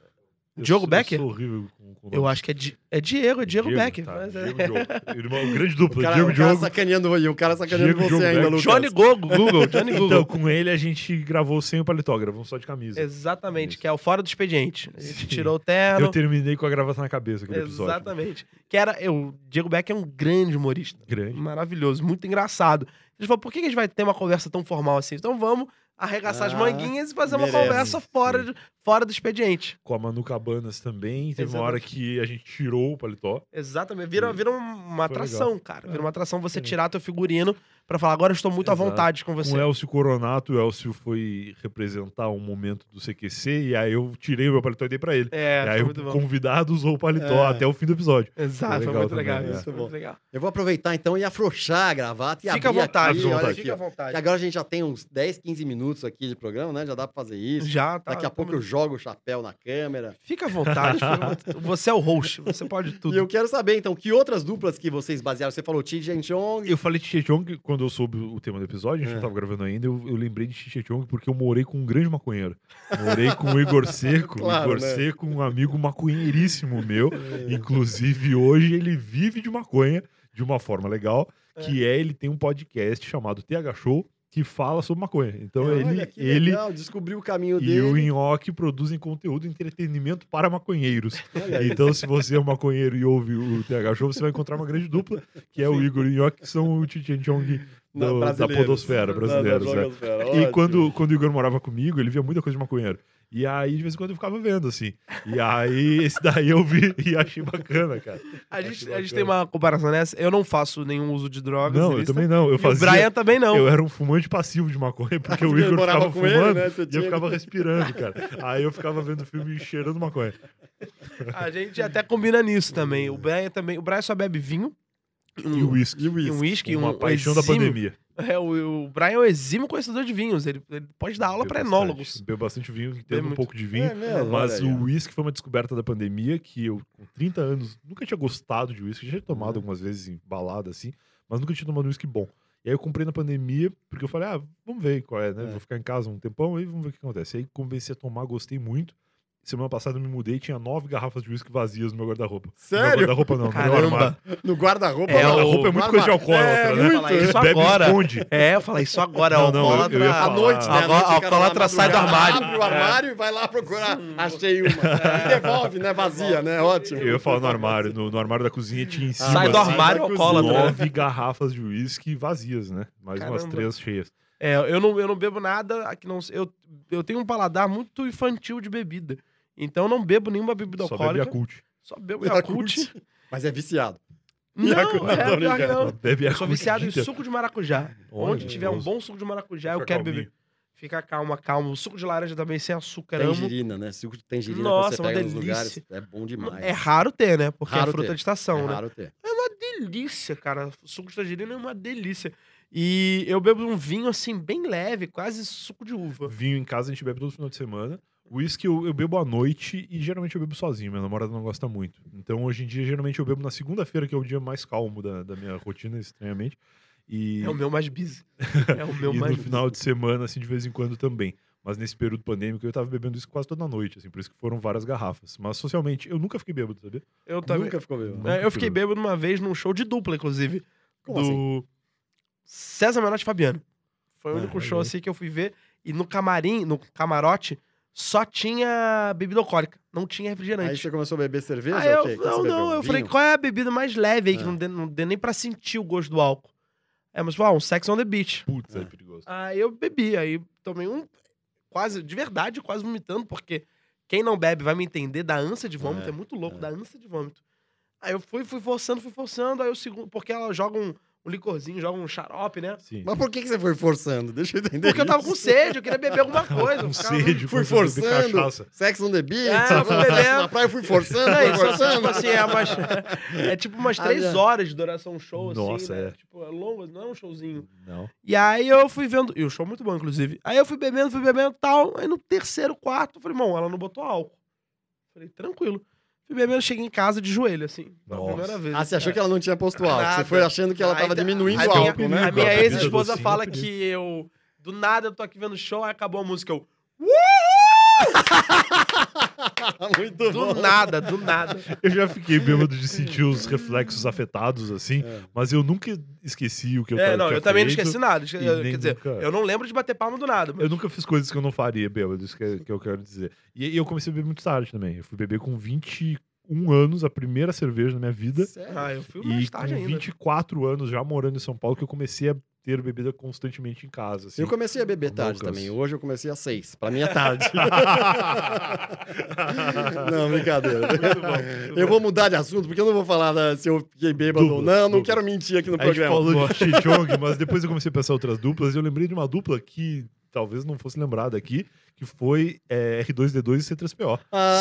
S3: Eu
S2: Diogo
S3: sou-
S2: Becker?
S3: Eu sou horrível com, com
S2: Eu acho que é, Di- é Diego, é Diego, Becker.
S3: tá,
S2: mas é-
S3: Diego, Diogo. Irmão, grande dupla,
S1: O cara,
S3: Diego
S1: o cara
S3: Diogo.
S1: sacaneando e o cara sacaneando
S3: Diego,
S1: você
S3: Diogo,
S1: ainda,
S3: né?
S1: Lucas.
S2: Johnny Gogo, Google, Johnny Google.
S3: Então, com ele a gente gravou sem o paletó, gravamos só de camisa.
S2: Exatamente,
S3: Isso.
S2: que é o fora do expediente. A gente
S3: Sim.
S2: tirou o terno.
S3: Eu terminei com a gravata na cabeça aquele episódio.
S2: Exatamente. Que era. Eu, Diego Beck é um grande humorista.
S3: Grande.
S2: Maravilhoso, muito engraçado. Ele falou: por que que a gente vai ter uma conversa tão formal assim? Então vamos arregaçar as
S1: Ah,
S2: manguinhas e fazer uma
S1: merece,
S2: conversa fora, de- fora do expediente.
S3: Com a Manu Cabanas também. Teve uma
S2: Exatamente.
S3: hora que a gente tirou o paletó.
S2: Exatamente. Vira,
S3: Sim.
S2: vira um, uma
S3: Foi
S2: atração,
S3: legal.
S2: cara.
S3: É,
S2: Vira uma atração você
S3: diferente.
S2: tirar teu figurino pra falar: agora eu estou muito à
S3: Exato.
S2: vontade com
S3: Com o
S2: você.
S3: Elcio Coronato, o Elcio foi representar um momento do CQC e aí eu tirei o meu paletó e dei pra ele.
S2: É,
S3: e
S2: foi
S3: aí
S2: muito
S3: o
S2: bom.
S3: convidado usou o paletó
S1: É.
S3: até o fim do episódio.
S2: Exato,
S3: Foi
S2: foi
S3: legal
S2: muito
S3: também,
S2: legal.
S3: é.
S2: isso, foi
S1: Muito
S2: muito
S1: bom.
S2: legal.
S1: Eu vou aproveitar então e afrouxar a gravata e
S2: Fica à
S1: abrir
S2: vontade,
S3: fica
S1: aqui, olha
S3: à vontade. tá
S1: aqui,
S2: fica à
S1: ó. Que
S2: vontade.
S1: agora a gente já tem uns 10, 15 minutos aqui de programa, né? Já dá pra fazer isso.
S2: Já tá.
S1: Daqui a pouco eu jogo o chapéu na câmera.
S2: Fica à vontade. fica à vontade. você é o host, você pode tudo.
S1: E eu quero saber, então, que outras duplas que vocês basearam? Você falou Ti Jen Chong.
S3: Eu falei de Chichong quando eu soube o tema do episódio, a
S1: É.
S3: gente não tava gravando ainda, eu, eu lembrei de Chichong porque eu morei com um grande maconheiro. Morei com o Igor Seco,
S1: Claro,
S3: o Igor
S1: né? É.
S3: Seco, um amigo maconheiríssimo meu. Inclusive, hoje ele vive de maconha de uma forma legal, que é ele tem um podcast chamado TH Show que fala sobre maconha. Então
S1: É, Olha,
S3: ele,
S1: que
S3: ele
S1: legal, descobriu o caminho
S3: e o
S1: dele.
S3: Inhoque produzem conteúdo e entretenimento para maconheiros.
S1: Olha aí.
S3: Então, se você é um maconheiro e ouve o TH Show, você vai encontrar uma grande dupla, que é o Igor e o Inhoque, que são o Chichen Chong
S1: Não,
S3: do- da
S1: brasileiros.
S3: podosfera brasileira.
S1: Da- da
S3: sabe?
S1: jogosfera,
S3: E
S1: ótimo.
S3: quando, quando o Igor morava comigo, ele via muita coisa de maconheiro. E aí, de vez em quando, eu ficava vendo, assim. E aí, esse daí eu vi e achei bacana, cara.
S2: A
S3: Acho
S2: gente, a
S3: bacana.
S2: gente tem uma comparação nessa. Eu não faço nenhum uso de drogas.
S3: Não, eu
S2: ilícitas.
S3: também não. Eu
S2: E o
S3: fazia...
S2: Brian também não.
S3: Eu era um fumante passivo de maconha, porque o
S1: Ah, Porque ele
S3: Igor
S1: morava
S3: ficava
S1: com ele,
S3: fumando
S1: né? Você
S3: e eu
S1: tinha-
S3: ficava respirando, cara. Aí eu ficava vendo filme e cheirando maconha.
S2: A gente até combina nisso também. O Brian também. O Brian só bebe vinho.
S3: E o
S2: Um,
S3: uísque.
S1: E o
S2: e um
S1: uísque?
S2: uísque.
S3: Uma
S2: um
S3: paixão da
S2: exímio-
S3: pandemia.
S2: É, o, o Brian é um exímio conhecedor de vinhos. Ele, ele pode dar aula
S3: Bebo
S2: para
S3: bastante.
S2: enólogos.
S3: Bebo bastante vinho, entendo um
S2: muito.
S3: pouco de vinho.
S1: É mesmo,
S3: Mas
S1: olha aí,
S3: o uísque foi uma descoberta da pandemia que eu, com 30 anos, nunca tinha gostado de uísque. Já tinha tomado
S2: Uhum.
S3: algumas vezes em balada, assim, mas nunca tinha tomado uísque bom. E aí eu comprei na pandemia, porque eu falei, ah, vamos ver qual é, né?
S1: É.
S3: Vou ficar em casa um tempão e vamos ver o que acontece. Aí comecei a tomar, gostei muito. Semana passada eu me mudei e tinha nove garrafas de uísque vazias no meu guarda-roupa.
S1: Sério?
S3: No meu guarda-roupa não, no meu armário.
S2: Caramba.
S1: No guarda-roupa.
S2: É,
S1: lá.
S2: o
S3: guarda-roupa é muito coisa de alcoólatra,
S1: É,
S3: né?
S1: muito,
S2: Fala isso
S3: Bebe e
S2: agora.
S3: esconde.
S2: É, eu falei isso agora. Não,
S3: Não, não, eu- eu ia
S1: À
S3: falar.
S1: noite, né? À
S2: Agora-
S1: noite, o
S2: a
S1: cara lá
S2: alcoólatra sai do
S1: madrugada
S2: armário.
S1: Abre o armário e vai lá procurar. Achei uma. E devolve, né? Vazia, né? Ótimo.
S3: Eu ia falar no armário, no, no armário da cozinha tinha em cima.
S2: Ah, Sai do
S3: assim,
S2: armário,
S1: Cozinha.
S2: alcoólatra. né?
S3: Nove garrafas de uísque vazias, né? Mais umas
S2: Caramba.
S3: três cheias.
S2: É, eu não, eu não bebo nada. Aqui não, eu, eu tenho um paladar muito infantil de bebida. Então eu não bebo nenhuma bebida
S3: Só bebe
S2: alcoólica.
S3: a cult.
S2: Só bebo
S3: tá
S1: Yakult.
S2: Yakult.
S1: É Mas é viciado.
S2: Não, é,
S1: Yakult, tô
S2: pior que
S1: ligado.
S2: não.
S3: Bebe a
S2: Eu sou viciado em suco de maracujá.
S3: Olha,
S2: Onde tiver um
S3: nossa.
S2: bom suco de maracujá, eu quero beber. Fica calma, calma. O suco de laranja também sem açúcar, amo.
S1: Tangerina, né? Suco de tangerina
S2: Nossa,
S1: que você
S2: uma
S1: pega nos lugares.
S2: delícia.
S1: É bom demais.
S2: É raro ter, né? Porque
S1: Raro
S2: é fruta
S1: ter.
S2: de estação,
S1: é
S2: né?
S1: raro ter.
S2: Delícia, cara. Suco de tangerina é uma delícia. E eu bebo um vinho assim, bem leve, quase suco de uva.
S3: Vinho em casa a gente bebe todo final de semana. Whisky eu, eu bebo à noite e geralmente eu bebo sozinho. Minha namorada não gosta muito. Então hoje em dia, geralmente eu bebo na segunda-feira, que é o dia mais calmo da, da minha rotina, estranhamente. E,
S2: É o meu mais bis. É o meu
S3: e
S2: mais
S3: no
S2: bis.
S3: final de semana, assim, de vez em quando também. Mas nesse período pandêmico eu tava bebendo isso quase toda noite, assim, por isso que foram várias garrafas. Mas socialmente, eu nunca fiquei bêbado, sabia?
S2: Eu também.
S1: Nunca ficou bebendo.
S2: É, eu fiquei bêbado uma vez num show de dupla, inclusive.
S1: Como
S2: do
S1: assim?
S2: César Menotti e Fabiano. Foi o
S3: Ah,
S2: único
S3: olha
S2: show
S3: aí.
S2: assim que eu fui ver. E no camarim, no camarote, só tinha bebida alcoólica. Não tinha
S1: Aí
S2: refrigerante.
S1: você começou a beber cerveja?
S2: Aí Ah, eu,
S1: O quê? Que
S2: não,
S1: você
S2: não.
S1: bebeu? um
S2: Eu falei,
S1: Vinho?
S2: qual é a bebida mais leve aí, que
S1: Ah.
S2: não dê, não dê nem pra sentir o gosto do álcool? É, mas, pô, um Sex on the Beach.
S3: Putz, é
S1: Ah.
S3: perigoso.
S2: Aí eu bebi, aí tomei um. Quase, de verdade, quase vomitando, porque quem não bebe vai me entender da ânsia de vômito,
S1: É,
S2: é, muito louco,
S1: é.
S2: da ânsia de vômito. Aí eu fui, fui forçando, fui forçando, aí o segundo. Porque ela joga um, um licorzinho, joga um xarope, né?
S3: Sim.
S1: Mas por que, que você foi forçando? Deixa eu entender.
S2: Porque eu tava
S1: isso.
S2: com sede, eu queria beber alguma coisa.
S3: Com
S2: eu ficava-
S3: sede,
S1: Fui
S3: com sede de
S1: forçando.
S3: cachaça.
S1: Sex on the beach,
S2: É,
S1: tava
S2: fui
S1: na-
S2: bebendo.
S1: na praia, fui forçando,
S2: Não,
S1: fui
S2: isso, tipo
S1: forçando.
S2: assim, é, umas, é tipo umas
S1: Ah,
S2: três
S1: já.
S2: horas de duração um show,
S3: Nossa,
S2: assim, né?
S3: é.
S2: Tipo, é longo, não é um showzinho.
S3: Não.
S2: E aí eu fui vendo, e o show é muito bom, inclusive. Aí eu fui bebendo, fui bebendo e tal. Aí no terceiro, quarto, eu falei, irmão, ela não botou álcool. Falei, tranquilo. Fui bebendo, cheguei em casa de joelho, assim. Pela
S3: Nossa.
S2: primeira vez.
S1: Ah, você achou que ela não tinha posto álcool. Você
S2: Nada.
S1: foi achando que ela tava
S2: Aí-
S1: diminuindo
S2: aí
S1: o
S2: minha-
S1: álcool, né?
S2: A minha
S3: Vida
S2: ex-esposa
S3: docinha,
S2: fala
S3: por isso.
S2: que eu, do nada, eu tô aqui vendo o show, aí acabou a música, eu...
S1: tá. Muito
S2: Do
S1: bom.
S2: nada, do nada.
S3: Eu já fiquei bêbado de sentir os reflexos afetados, assim,
S1: É.
S3: mas eu nunca esqueci o que eu
S2: É,
S3: tava-
S2: não,
S3: tinha
S2: eu também não
S3: feito.
S2: esqueci nada. Esque-
S3: e
S2: Quer
S3: nem
S2: dizer,
S3: nunca-
S2: eu não lembro de bater palma do nada. Mas...
S3: Eu nunca fiz coisas que eu não faria bêbado, isso que, é- que eu quero dizer. E, e eu comecei a beber muito tarde também. Eu fui beber com 21 anos, a primeira cerveja na minha vida.
S1: Sério?
S2: Ah, eu fui
S3: E
S2: mais tarde
S3: com
S2: ainda.
S3: 24 anos, já morando em São Paulo, que eu comecei a ter bebida constantemente em casa. Assim.
S1: Eu comecei a beber tarde
S3: Loucas.
S1: também. Hoje eu comecei às seis. Pra mim é tarde. não, brincadeira. Eu vou mudar de assunto, porque eu não vou falar da- se eu fiquei bêbado ou
S3: Duplas,
S1: não. Não
S3: duplas.
S1: quero mentir aqui no
S3: A gente
S1: programa.
S3: falou de Chichong, mas depois eu comecei a pensar outras duplas e eu lembrei de uma dupla que talvez não fosse lembrada aqui, que foi é, R2D2 e C3PO.
S1: Ah,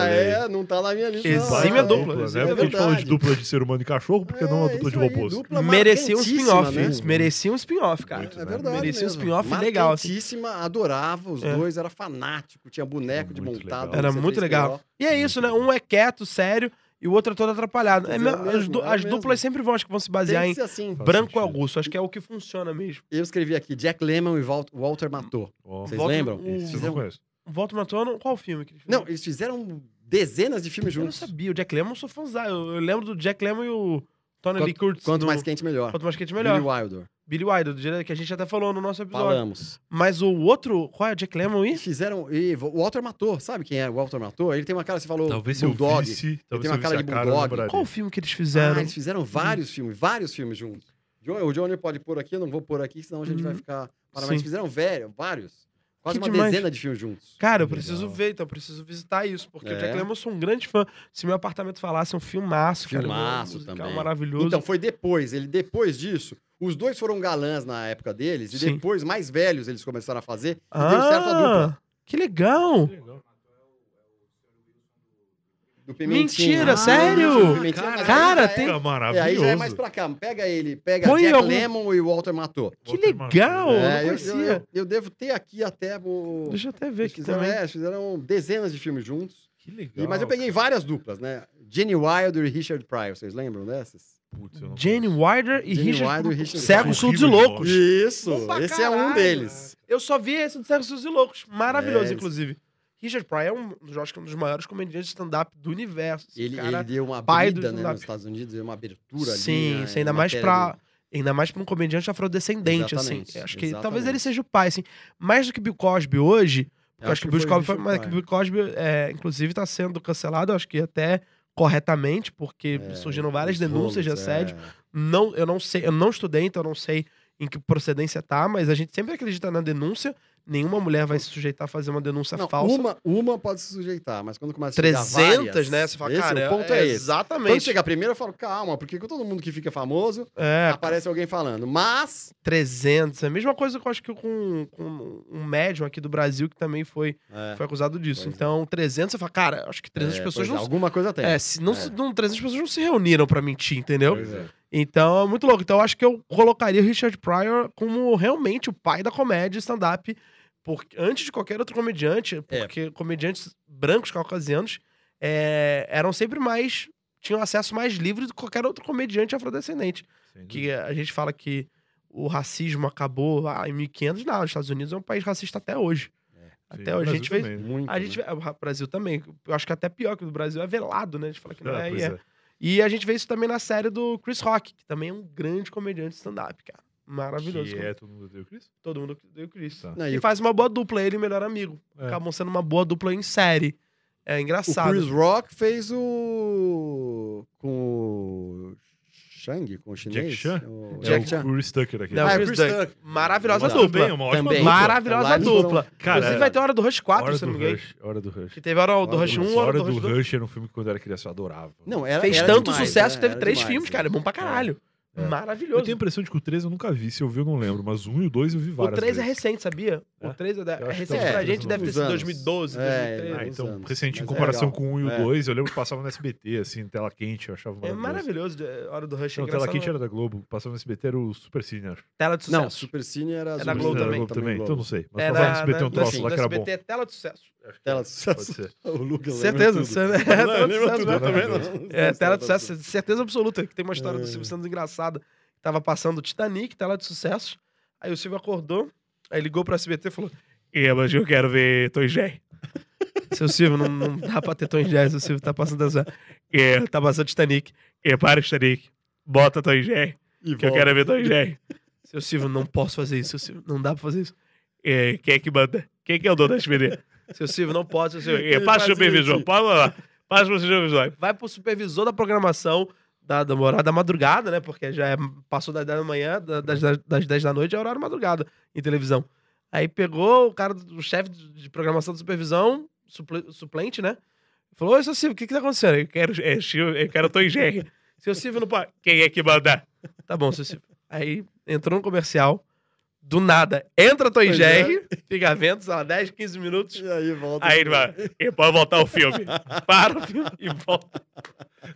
S3: Sim.
S1: é, não tá na minha lista. não.
S2: Exímia
S1: Ah,
S2: dupla,
S3: né?
S1: exímia
S3: Porque a gente
S1: verdade.
S3: falou de dupla de ser humano e cachorro, porque não uma
S1: É,
S3: dupla de
S1: isso aí,
S3: robôs.
S1: dupla
S2: Merecia um
S1: marcantíssima,
S2: spin-off,
S1: né?
S2: isso, merecia um spin-off, cara.
S3: Muito,
S1: É
S3: né?
S1: verdade.
S2: Merecia um
S1: mesmo.
S2: spin-off legal, assim.
S1: Marcantíssima, adorava os
S2: É.
S1: dois, era fanático, tinha boneco de
S3: Muito
S1: montado.
S3: legal.
S2: Era
S1: Então você
S2: muito
S1: fez
S2: legal.
S1: pior.
S2: E é isso, né? Um é quieto, sério, e o outro é todo atrapalhado. É
S1: Mas é
S2: me- as
S1: mesmo,
S2: du-
S1: é
S2: as
S1: mesmo.
S2: duplas sempre vão, acho que vão se basear
S1: Tem que
S2: em
S1: ser assim.
S3: Faz
S2: branco e
S3: sentido.
S2: Augusto. Acho que é o que funciona mesmo.
S1: Eu escrevi aqui, Jack Lemmon e Wal- Walter Matou.
S3: Ó,
S1: Vocês
S2: Volta-
S1: lembram?
S2: o-
S3: esse eu não conheço.
S2: Volta Matona, qual o filme que ele fez?
S1: Não, eles fizeram dezenas de filmes
S2: eu não
S1: juntos.
S2: sabia. O Jack Lemmon, eu sou fãzão. Eu, eu lembro do Jack Lemmon e o Tony
S1: Quanto-
S2: Lee Curtis.
S1: Quanto
S2: do-
S1: mais quente, melhor.
S2: Quanto mais quente, melhor.
S1: Billy Wilder.
S2: Billy Wilder, do diretor, que a gente até falou no nosso episódio.
S1: Falamos.
S2: Mas o outro, qual é o Jack Lemmon
S1: E
S2: e?
S1: fizeram... E o Walter Matou, sabe quem é o Walter Matou? Ele tem uma cara, você falou,
S3: Talvez se eu
S1: Bulldog.
S3: visse, talvez
S1: tem
S3: se
S1: uma
S3: eu
S1: cara
S3: visse a
S1: de
S3: cara, eu
S1: bulldog.
S3: lembraria.
S2: Qual o filme que eles
S1: Ah,
S2: fizeram? Uhum.
S1: eles fizeram vários filmes, vários filmes juntos. Jo- O Johnny pode pôr aqui, eu não vou pôr aqui, senão a gente
S2: Uhum.
S1: vai ficar... Para, mas eles
S2: Sim.
S1: fizeram velho, vários. Quase
S2: Que
S1: uma
S2: demais.
S1: dezena de filmes juntos.
S2: Cara, eu
S3: Legal.
S2: preciso ver, então, eu preciso visitar isso, porque
S1: É.
S2: o Jack Lemmon eu sou um grande fã. Se meu apartamento falasse, é um filmaço, cara.
S1: Filmaço
S2: um musical
S1: também.
S2: maravilhoso.
S1: Então, foi depois. Ele, depois disso, os dois foram galãs na época deles, e
S2: Sim.
S1: depois, mais velhos, eles começaram a fazer, e deu certo a dupla.
S2: ah, que legal!
S1: Do Pimentinha. Ah,
S2: Mentira, sério?
S1: do Pimentinha, mas
S2: Cara,
S1: aí já É...
S2: tem-
S3: Cara,
S1: É, aí
S3: maravilhoso.
S1: já é mais pra cá. Pega ele, pega
S2: Põe
S1: Jack
S2: algum-
S1: Lemmon e Walter Matou.
S2: Que
S3: Walter Matthau.
S2: legal! eu
S1: É,
S2: não
S1: eu,
S2: conhecia.
S1: eu, eu- eu devo ter aqui até o.
S2: Deixa eu até ver
S1: eles
S2: aqui
S1: fizeram,
S2: também.
S1: é, eles fizeram dezenas de filmes juntos.
S3: Que
S1: E-
S3: legal.
S1: mas eu peguei várias duplas, né? Jenny Wilder e Richard Pryor, vocês lembram dessas?
S3: Putz, eu não
S2: Jane Wilder e
S1: Jane
S2: Richard,
S1: Wilder e Richard
S2: Cego,
S3: Pryor.
S2: surdo e
S3: Horrível de
S2: loucos.
S3: Poxa.
S1: Isso!
S2: Bom pra
S1: Esse é um
S2: caralho.
S1: deles.
S2: Eu só vi esse do Cego, surdo e loucos.
S1: É,
S2: Maravilhoso,
S1: esse-
S2: inclusive. Richard Pryor é um, dos- eu acho que é um dos maiores comediantes de stand-up do universo. Esse
S1: Ele,
S2: cara...
S1: ele deu uma
S2: pai do
S1: brida né,
S2: stand-up.
S1: nos Estados Unidos, deu uma abertura ali.
S2: Sim,
S1: né,
S2: isso ainda
S1: na
S2: mais
S1: matéria
S2: pra.
S1: do-
S2: Ainda mais pra um comediante afrodescendente,
S1: Exatamente,
S2: assim. Eu Acho que talvez ele
S1: exatamente.
S2: seja o pai, assim. Mais do que Bill Cosby hoje, porque eu acho que o Bill
S1: foi
S2: Cosby, foi, mas que
S1: Richard
S2: o Bill Cosby é, inclusive, tá sendo cancelado, eu acho que até corretamente, porque
S1: Pryor.
S2: surgiram
S1: É,
S2: várias
S1: os
S2: denúncias de
S1: rolos,
S2: assédio.
S1: é.
S2: Não, eu não sei, eu não estudei, então eu não sei em que procedência tá, mas a gente sempre acredita na denúncia. Nenhuma mulher vai se sujeitar a fazer uma denúncia
S1: Não,
S2: falsa.
S1: Uma, uma pode se sujeitar, mas quando começa a chegar
S2: 300,
S1: várias,
S2: né? Você fala,
S1: esse,
S2: cara,
S1: o ponto é, esse. Quando
S2: Exatamente.
S1: chega a primeira, eu falo, calma, porque com todo mundo que fica famoso,
S2: É,
S1: aparece alguém falando. Mas.
S2: 300. É a mesma coisa que eu acho que com, com um médium aqui do Brasil que também foi,
S1: É,
S2: foi acusado disso.
S1: Pois é.
S2: então, 300, você fala, cara, acho que 300
S1: é,
S2: pessoas
S1: pois
S2: não.
S1: é, Alguma coisa tem.
S2: É, se, não,
S1: É.
S2: se- não, 300 pessoas não se reuniram pra mentir, entendeu?
S1: Pois é.
S2: Então, é muito louco. Então, eu acho que eu colocaria o Richard Pryor como realmente o pai da comédia e stand-up, porque antes de qualquer outro comediante,
S1: É.
S2: porque comediantes brancos caucasianos é, eram sempre mais tinham acesso mais livre do que qualquer outro comediante afrodescendente
S3: Sem
S2: que a gente fala que o racismo acabou lá em 1500, não, os Estados Unidos é um país racista até hoje.
S3: É, Sim,
S2: até
S3: no
S2: hoje a
S3: Brasil
S2: gente fez,
S3: também, né?
S1: Muito,
S2: a gente, vê- o Brasil também, eu acho que até pior que o do Brasil é velado, né? A gente fala que não
S3: Ah,
S2: é, e
S3: pois
S2: é.
S3: é.
S2: E a gente vê isso também na série do Chris Rock, que também é um grande comediante de stand-up, cara. Maravilhoso.
S3: Que
S2: como
S3: é todo mundo odeia o Chris?
S2: Todo mundo que deu o Chris.
S3: Tá.
S1: Não, e
S2: E
S1: o-
S2: faz uma boa dupla, ele e o melhor amigo.
S3: É.
S2: Acabam sendo uma boa dupla em série. É
S1: o
S2: engraçado.
S1: Chris Rock fez o. Com o. Shang, com o chinês?
S3: Jack Chan?
S1: O...
S2: Jack
S1: Jack
S3: é
S1: Chan.
S3: o Chris Tucker aqui.
S2: Não,
S1: Ah, é o
S2: Chris
S1: Chris
S2: Tucker. Maravilhosa
S1: Também,
S2: dupla.
S3: uma ótima
S1: também.
S3: dupla.
S2: Maravilhosa
S1: Lá eles foram-
S2: dupla.
S3: Cara,
S2: Inclusive vai ter Hora do Rush 4,
S3: Hora
S2: se eu
S3: do
S2: não me engano.
S3: Rush, Hora do Rush.
S2: Que teve Hora do
S1: Hora
S2: Rush
S1: do
S2: 1, Hora
S3: Hora
S2: do Rush 2.
S3: Rush era um filme que quando eu era criança eu adorava.
S1: Não, era,
S2: Fez
S1: era
S2: tanto
S1: demais,
S2: sucesso
S1: né?
S2: que teve
S1: Era
S2: três
S1: demais,
S2: filmes,
S1: né?
S2: cara. É bom pra caralho.
S3: É. Eu
S2: maravilhoso.
S3: tenho a impressão de que o 3 eu nunca vi, se eu vi eu não lembro, mas o 1 e o 2 eu vi
S2: O
S3: várias
S2: 3 é
S3: vezes.
S2: recente, sabia? O
S3: É?
S2: 3 é, da-
S3: Eu
S2: é
S3: acho que
S2: recente
S3: tá.
S2: pra
S3: É,
S2: gente, deve ter
S1: uns
S2: sido
S1: anos.
S2: 2012,
S1: É,
S2: 2013.
S3: Ah,
S1: Alguns
S3: então,
S1: anos,
S3: recente em
S1: mas é
S3: comparação
S1: legal.
S3: com o 1 e o
S1: É.
S3: 2, eu lembro que passava no SBT, assim, tela quente, eu achava
S2: É
S3: maravilhoso.
S2: maravilhoso, de- Hora do Rush. é
S3: Não, tela
S2: engraçado.
S3: quente era da Globo, passava no SBT era o Super Cine, acho.
S2: Tela de
S1: Não,
S2: sucesso.
S1: Supercine era
S2: Era
S1: Supercine,
S2: Globo
S3: Era
S2: também.
S3: também, então não sei. Mas
S2: Era
S3: passava no SBT um
S2: da-
S3: troço
S2: da-
S3: lá que
S2: da
S3: era bom.
S2: SBT, é tela de sucesso.
S1: Tela de
S3: Pode
S1: sucesso.
S3: ser.
S1: O Lucas lembra
S2: Certeza,
S1: tudo.
S2: certeza.
S1: Não,
S2: Tela
S1: eu
S2: de
S1: lembro
S2: sucesso,
S1: tudo,
S2: né?
S1: eu também não.
S2: É, tela
S1: Tela
S2: de sucesso, certeza absoluta. Que tem uma história do Silvio Santos engraçada. Que tava passando o Titanic, tela de sucesso. Aí o Silvio acordou, aí ligou pro SBT e falou: É, mas eu quero ver Tom e Jerry." Seu Silvio, não, não dá pra ter Tom e Jerry, seu Silvio tá passando essa. É, tá passando Titanic. É, para o Titanic. Bota Tom e Jerry,
S1: E
S2: que eu
S1: volta.
S2: quero ver Tom e Jerry. Seu Silvio, não posso fazer isso, seu Silvio, não dá pra fazer isso. É, quem é que manda? Quem é que é o dono da SBT? Seu Silvio, não posso, seu Silvio. É,
S1: Ele
S2: passa o
S1: fazia
S2: supervisor,
S1: isso.
S2: pode lá. Passa pro supervisor. Vai pro supervisor da programação da, da hora da madrugada, né? Porque já é- passou das 10 da manhã, da- das, das 10 da noite é horário madrugada em televisão. Aí pegou o cara, do- o chefe de de programação da supervisão, suple- suplente, né? Falou, oi, seu Silvio, o que que tá acontecendo? Eu quero, é, Silvio, eu quero Tom e Jerry. Seu Silvio não pode. Quem é que manda? Tá bom, seu Silvio. Aí entrou no comercial, do nada, entra Tom e
S1: Pois
S2: Jerry, fica vendo, sei lá, 10, 15 minutos,
S1: E aí volta.
S2: é. Aí ele vai, e pode voltar o filme. Para o filme e volta.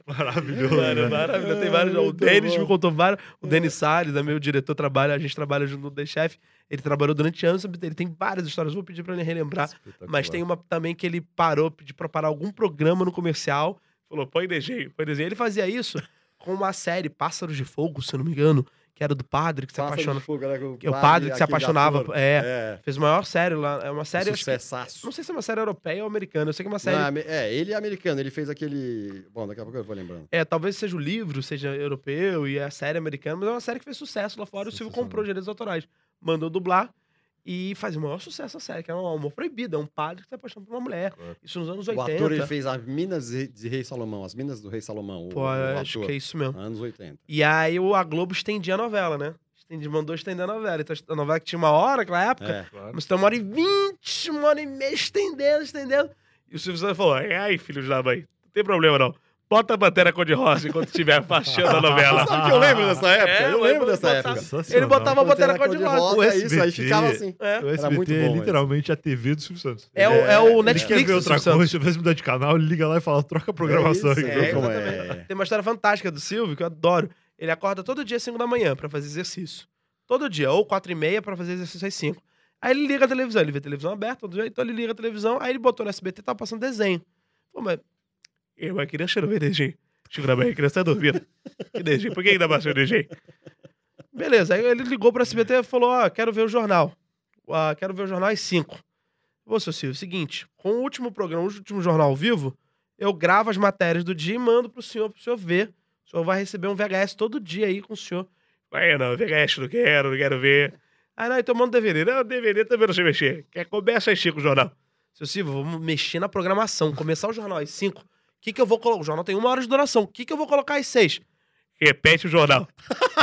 S3: Maravilhoso.
S2: Mano,
S3: né?
S2: maravilha. Tem
S1: É,
S2: vários. O
S1: muito
S2: Denis
S1: bom.
S2: me contou vários. O Denis Salles, é meu diretor, trabalha, a gente trabalha junto no The Chef. Ele trabalhou durante anos, ele tem várias histórias. Vou pedir pra ele relembrar.
S1: Tá
S3: Espetacular.
S2: Mas tem uma também que ele parou, pediu pra parar algum programa no comercial. Falou, põe desenho, põe desenho. Ele fazia isso com uma série, Pássaros de Fogo, se eu não me engano, que era do padre que se apaixona.
S1: né,
S2: que É o padre que se apaixonava. É,
S1: É.
S2: Fez a maior série lá. É uma série. acho que-
S1: Sucessaço.
S2: não sei se é uma série europeia ou americana. Eu sei que é uma série
S1: Não, ame- é, ele é americano, ele fez aquele. Bom, daqui a pouco eu vou lembrando.
S2: É, talvez seja o livro, seja europeu e a série americana, mas é uma série que fez sucesso lá fora. e O Silvio
S3: Sensacional.
S2: comprou os direitos autorais, mandou dublar e faz o maior sucesso a série, que é um amor proibido, é um padre que se apaixona por uma mulher.
S3: Claro.
S2: Isso nos anos
S1: O
S2: 80.
S1: ator ele fez as Minas de de Rei Salomão, as Minas do Rei Salomão. o-
S2: Pô,
S1: o
S2: acho
S1: ator.
S2: que é isso mesmo.
S1: Anos 80.
S2: E aí o- a Globo estendia a novela, né? Estendi, mandou estender a novela. Então a novela que tinha uma hora naquela época,
S1: É.
S3: Claro.
S2: Mas tem uma hora e vinte, uma hora e meia estendendo, estendendo. E o Silvio Santos falou: ai, filhos da mãe, não tem problema não. Bota a bandeira cor-de-rosa enquanto estiver fachando a novela.
S1: Sabe que eu lembro dessa época?
S2: É,
S1: eu lembro
S2: ele
S1: dessa
S2: botava-
S1: época.
S2: Ele
S3: Sensacional.
S2: botava a bandeira
S1: Pantera
S2: cor-de-rosa.
S1: cor-de-rosa, é isso, aí
S3: SBT.
S1: ficava assim.
S2: É.
S3: O
S1: Era muito
S3: SBT é
S1: bom,
S3: literalmente a TV do Silvio Santos.
S2: É, o, é o Netflix
S3: Quer ver
S2: do
S3: outra
S2: Silvio Santos.
S3: coisa, se tivesse mudar de canal, ele liga lá e fala, troca a programação.
S1: É isso,
S3: aí,
S1: é,
S3: viu como
S1: exatamente.
S2: Tem uma história fantástica do Silvio que eu adoro. Ele acorda todo dia às 5 da manhã pra fazer exercício. Todo dia, ou 4 e meia pra fazer exercício às 5. Aí ele liga a televisão, ele vê a televisão aberta, todo dia, então ele liga a televisão, aí ele botou no SBT e tava passando desenho. Pô, mas. Eu, mas criança não vê desenho. Chico da Bahia, criança tá dormindo. Que desenho? Por que ainda baixou desenho? Beleza, aí ele ligou pro SBT e falou: Ó, quero ver o jornal. Ah, quero ver o jornal às 5. Ô, seu Silvio, seguinte, com o último programa, o último jornal ao vivo, eu gravo as matérias do dia e mando pro senhor, pro senhor ver. O senhor vai receber um VHS todo dia aí com o senhor. Ué, não, VHS não quero, não quero ver. Ah, não, então manda DVD. Não, DVD também não sei mexer. Quer começa às 5 o jornal. Seu Silvio, vamos mexer na programação. Começar o jornal às 5. O que que eu vou colocar? O jornal tem uma hora de duração. O que que eu vou colocar às 6? Repete o jornal.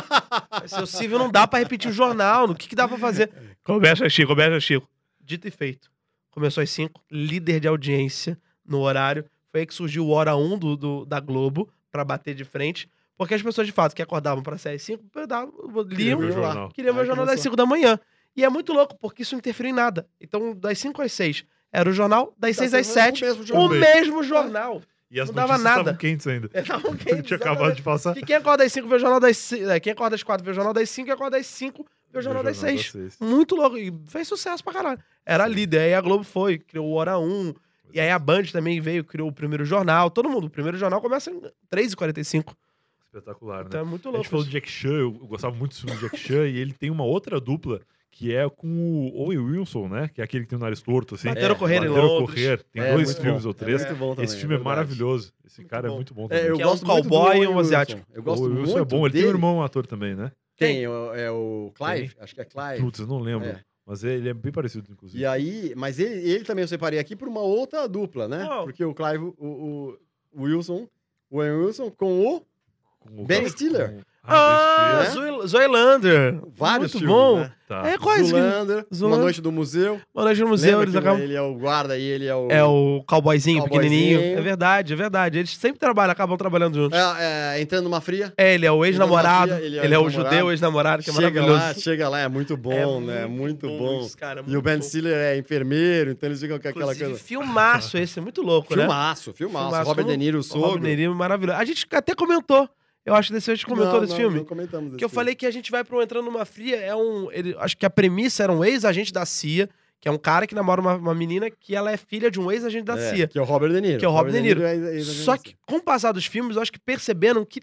S2: Seu Silvio, não dá pra repetir o jornal. O que que dá pra fazer? Começa às 5, começa às 5. Dito e feito. Começou às 5, líder de audiência no horário. Foi aí que surgiu o Hora 1 do, do- da Globo pra bater de frente. Porque as pessoas, de fato, que acordavam pra sair às 5,
S3: Queria
S2: liam,
S3: ver o
S1: Liam lá.
S3: jornal.
S2: Queria ver o
S1: Aí
S2: jornal das
S1: começou.
S2: 5 da manhã. E é muito louco, porque isso não interferiu em nada. Então, das 5 às 6 era o jornal,
S3: Tá
S2: das 6 às 7, o
S3: jornal.
S2: mesmo jornal.
S3: E as
S2: Não dava
S3: notícias
S2: nada.
S3: estavam quentes ainda.
S2: É, tá ok,
S3: Eu tinha acabado
S2: exatamente.
S3: de passar.
S2: Que quem acorda às 5 vê o jornal das 6. Quem acorda às 4 vê o jornal das 5, quem acorda às 5 vê o jornal das 6. Muito louco. E fez sucesso pra caralho. Era líder. Aí a Globo foi, criou o Hora 1. E
S1: é.
S2: aí a Band também veio, criou o primeiro jornal. Todo mundo. O primeiro jornal começa em 3h45.
S3: Espetacular, né?
S2: Então é muito
S3: A
S2: louco.
S3: gente falou do Jack Chan, eu gostava muito do filme do Jack Chan, e ele tem uma outra dupla que é com o Owen Wilson, né? Que é aquele que tem o nariz torto, assim.
S2: Bateram
S1: É,
S2: correr em
S3: Bater ou
S2: Londres.
S3: correr. Tem
S1: É,
S3: dois
S1: muito
S3: filmes
S1: bom.
S3: ou três.
S1: É muito bom
S3: Esse
S1: também,
S3: filme é,
S1: verdade.
S3: maravilhoso. Esse
S2: Muito
S3: cara
S2: bom.
S3: é muito bom
S1: É,
S3: também.
S1: eu
S2: Que é um
S1: gosto muito do
S2: cowboy e um
S1: Owen Wilson.
S2: asiático.
S1: Eu
S3: o
S1: gosto
S3: Owen Wilson
S1: muito
S3: é bom, ele
S1: dele.
S3: tem um irmão ator também, né?
S1: Tem, o- é o Clive, acho que é Clive.
S3: Putz, eu não lembro.
S1: É.
S3: Mas ele é bem parecido, inclusive.
S1: E aí, mas ele, ele também eu separei aqui por uma outra dupla, né?
S2: Qual?
S1: Porque o Clive, o, o- o Wilson, o Owen Wilson com o
S3: Com o
S1: Ben
S3: cara-
S1: Stiller.
S3: com-
S2: Ah,
S1: desse
S2: Zoe- Zoelander.
S1: né? Vários
S2: Muito
S1: filmes,
S2: bom.
S1: né?
S3: Tá.
S2: É quase que...
S1: Zoolander, Uma
S2: Zoolander.
S1: Noite do Museu.
S2: Mano, no museu,
S1: Lembra
S2: eles
S1: que
S2: acabam...
S1: Ele é o guarda e ele é o...
S2: É o cowboyzinho,
S1: Cowboyzinho.
S2: pequenininho. É verdade, é verdade. Eles sempre trabalham, acabam trabalhando juntos.
S1: É, é, entrando numa fria.
S2: É, ele é o ex-namorado,
S1: Ele é o
S2: ele é, o
S1: namorado.
S2: judeu ex-namorado, que é
S1: Chega lá,
S2: maravilhoso.
S1: chega lá, é muito bom, né? Muito bom.
S2: isso, cara,
S1: E
S2: muito
S1: o Ben
S2: bom.
S1: Stiller é enfermeiro, então eles ficam com aquela
S2: Inclusive,
S1: coisa.
S2: filmaço esse, é muito louco, né?
S1: Filmaço, filmaço.
S2: Filmaço,
S1: Robert
S2: como-
S1: De Niro, o sogro.
S2: Robert De Niro, maravilhoso. A gente até comentou, eu acho, desse, a gente comentou
S1: Não,
S2: desse
S1: não,
S2: filme.
S1: não comentamos desse
S2: que eu
S1: filme.
S2: falei que a gente vai pro Entrando Numa Fria, é um... ele- acho que a premissa era um ex-agente da CIA, que é um cara que namora uma, uma menina que ela é filha de um ex-agente da
S1: É,
S2: CIA.
S1: Que é o Robert De Niro.
S2: Que é o Robert De Niro.
S1: é- é- é-
S2: Só que com o passar dos filmes, eu acho que perceberam que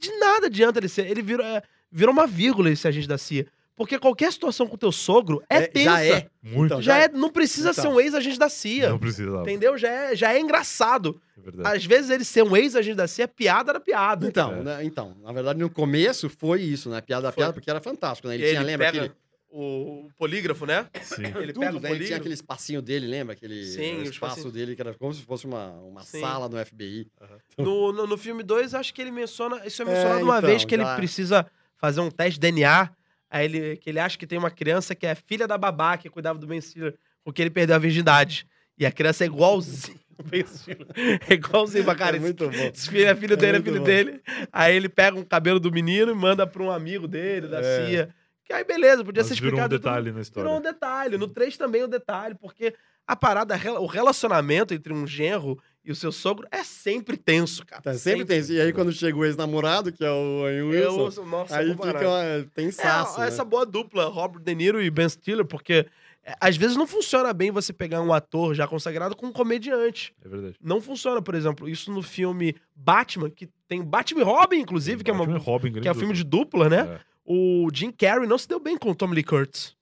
S2: de nada adianta ele ser. Ele virou, é, virou uma vírgula esse agente da CIA. Porque qualquer situação com o teu sogro é,
S1: É,
S2: tensa.
S1: já
S2: Já,
S1: é.
S3: Muito.
S1: Então,
S2: é, não precisa
S1: Então.
S2: ser um ex-agente da CIA.
S3: não precisava.
S2: Entendeu? Já é, já é engraçado.
S3: É verdade.
S2: Às vezes ele ser um ex-agente da CIA é piada da piada.
S1: Então,
S3: É.
S1: né, então, na verdade, no começo foi isso, né? Piada da
S2: Foi.
S1: piada, porque era fantástico, né? Ele, tinha, lembra
S2: pega
S1: aquele.
S2: o, o polígrafo, né?
S3: Sim.
S2: Ele
S1: tudo, né? Ele tinha aquele espacinho dele, lembra? Aquele
S2: Sim, o
S1: espaço
S2: espacinho.
S1: dele, que era como se fosse uma, uma
S2: Sim.
S1: sala no FBI.
S2: No, no, no filme 2, acho que ele menciona. Isso é
S1: É,
S2: mencionado uma
S1: então,
S2: vez que ele
S1: já-
S2: precisa fazer um teste de DNA. Aí ele, que ele acha que tem uma criança que é filha da babá que cuidava do Ben Stiller, porque ele perdeu a virgindade. E a criança é igualzinha ao Ben Stiller. É igualzinho pra cara.
S1: é muito bom.
S2: Esse filho é filho
S1: É
S2: dele, é
S1: muito
S2: filho
S1: bom.
S2: dele. Aí ele pega um cabelo do menino e manda pra um amigo dele, da
S1: É.
S2: CIA. Que aí beleza, podia
S3: Mas
S2: ser
S3: virou um
S2: explicado. tudo.
S3: detalhe na história.
S2: Virou um detalhe. No 3 também o detalhe, porque a parada, rela- o relacionamento entre um genro e o seu sogro é sempre tenso, cara.
S1: Tá, sempre tem. isso. E aí, quando chega o ex-namorado, que é o Ian
S2: Eu
S1: Wilson,
S2: uso- nossa,
S1: aí
S2: eu vou parar.
S1: fica uma, tem saço.
S2: É,
S1: né?
S2: essa boa dupla, Robert De Niro e Ben Stiller, porque é, às vezes não funciona bem você pegar um ator já consagrado com um comediante.
S3: É verdade.
S2: Não funciona, por exemplo, isso no filme Batman, que tem Batman e Robin, inclusive, que é, uma,
S3: Batman e Robin, grande
S2: que é um filme de dupla, né?
S3: É,
S2: O Jim Carrey não se deu bem com o Tom Lee Curtis.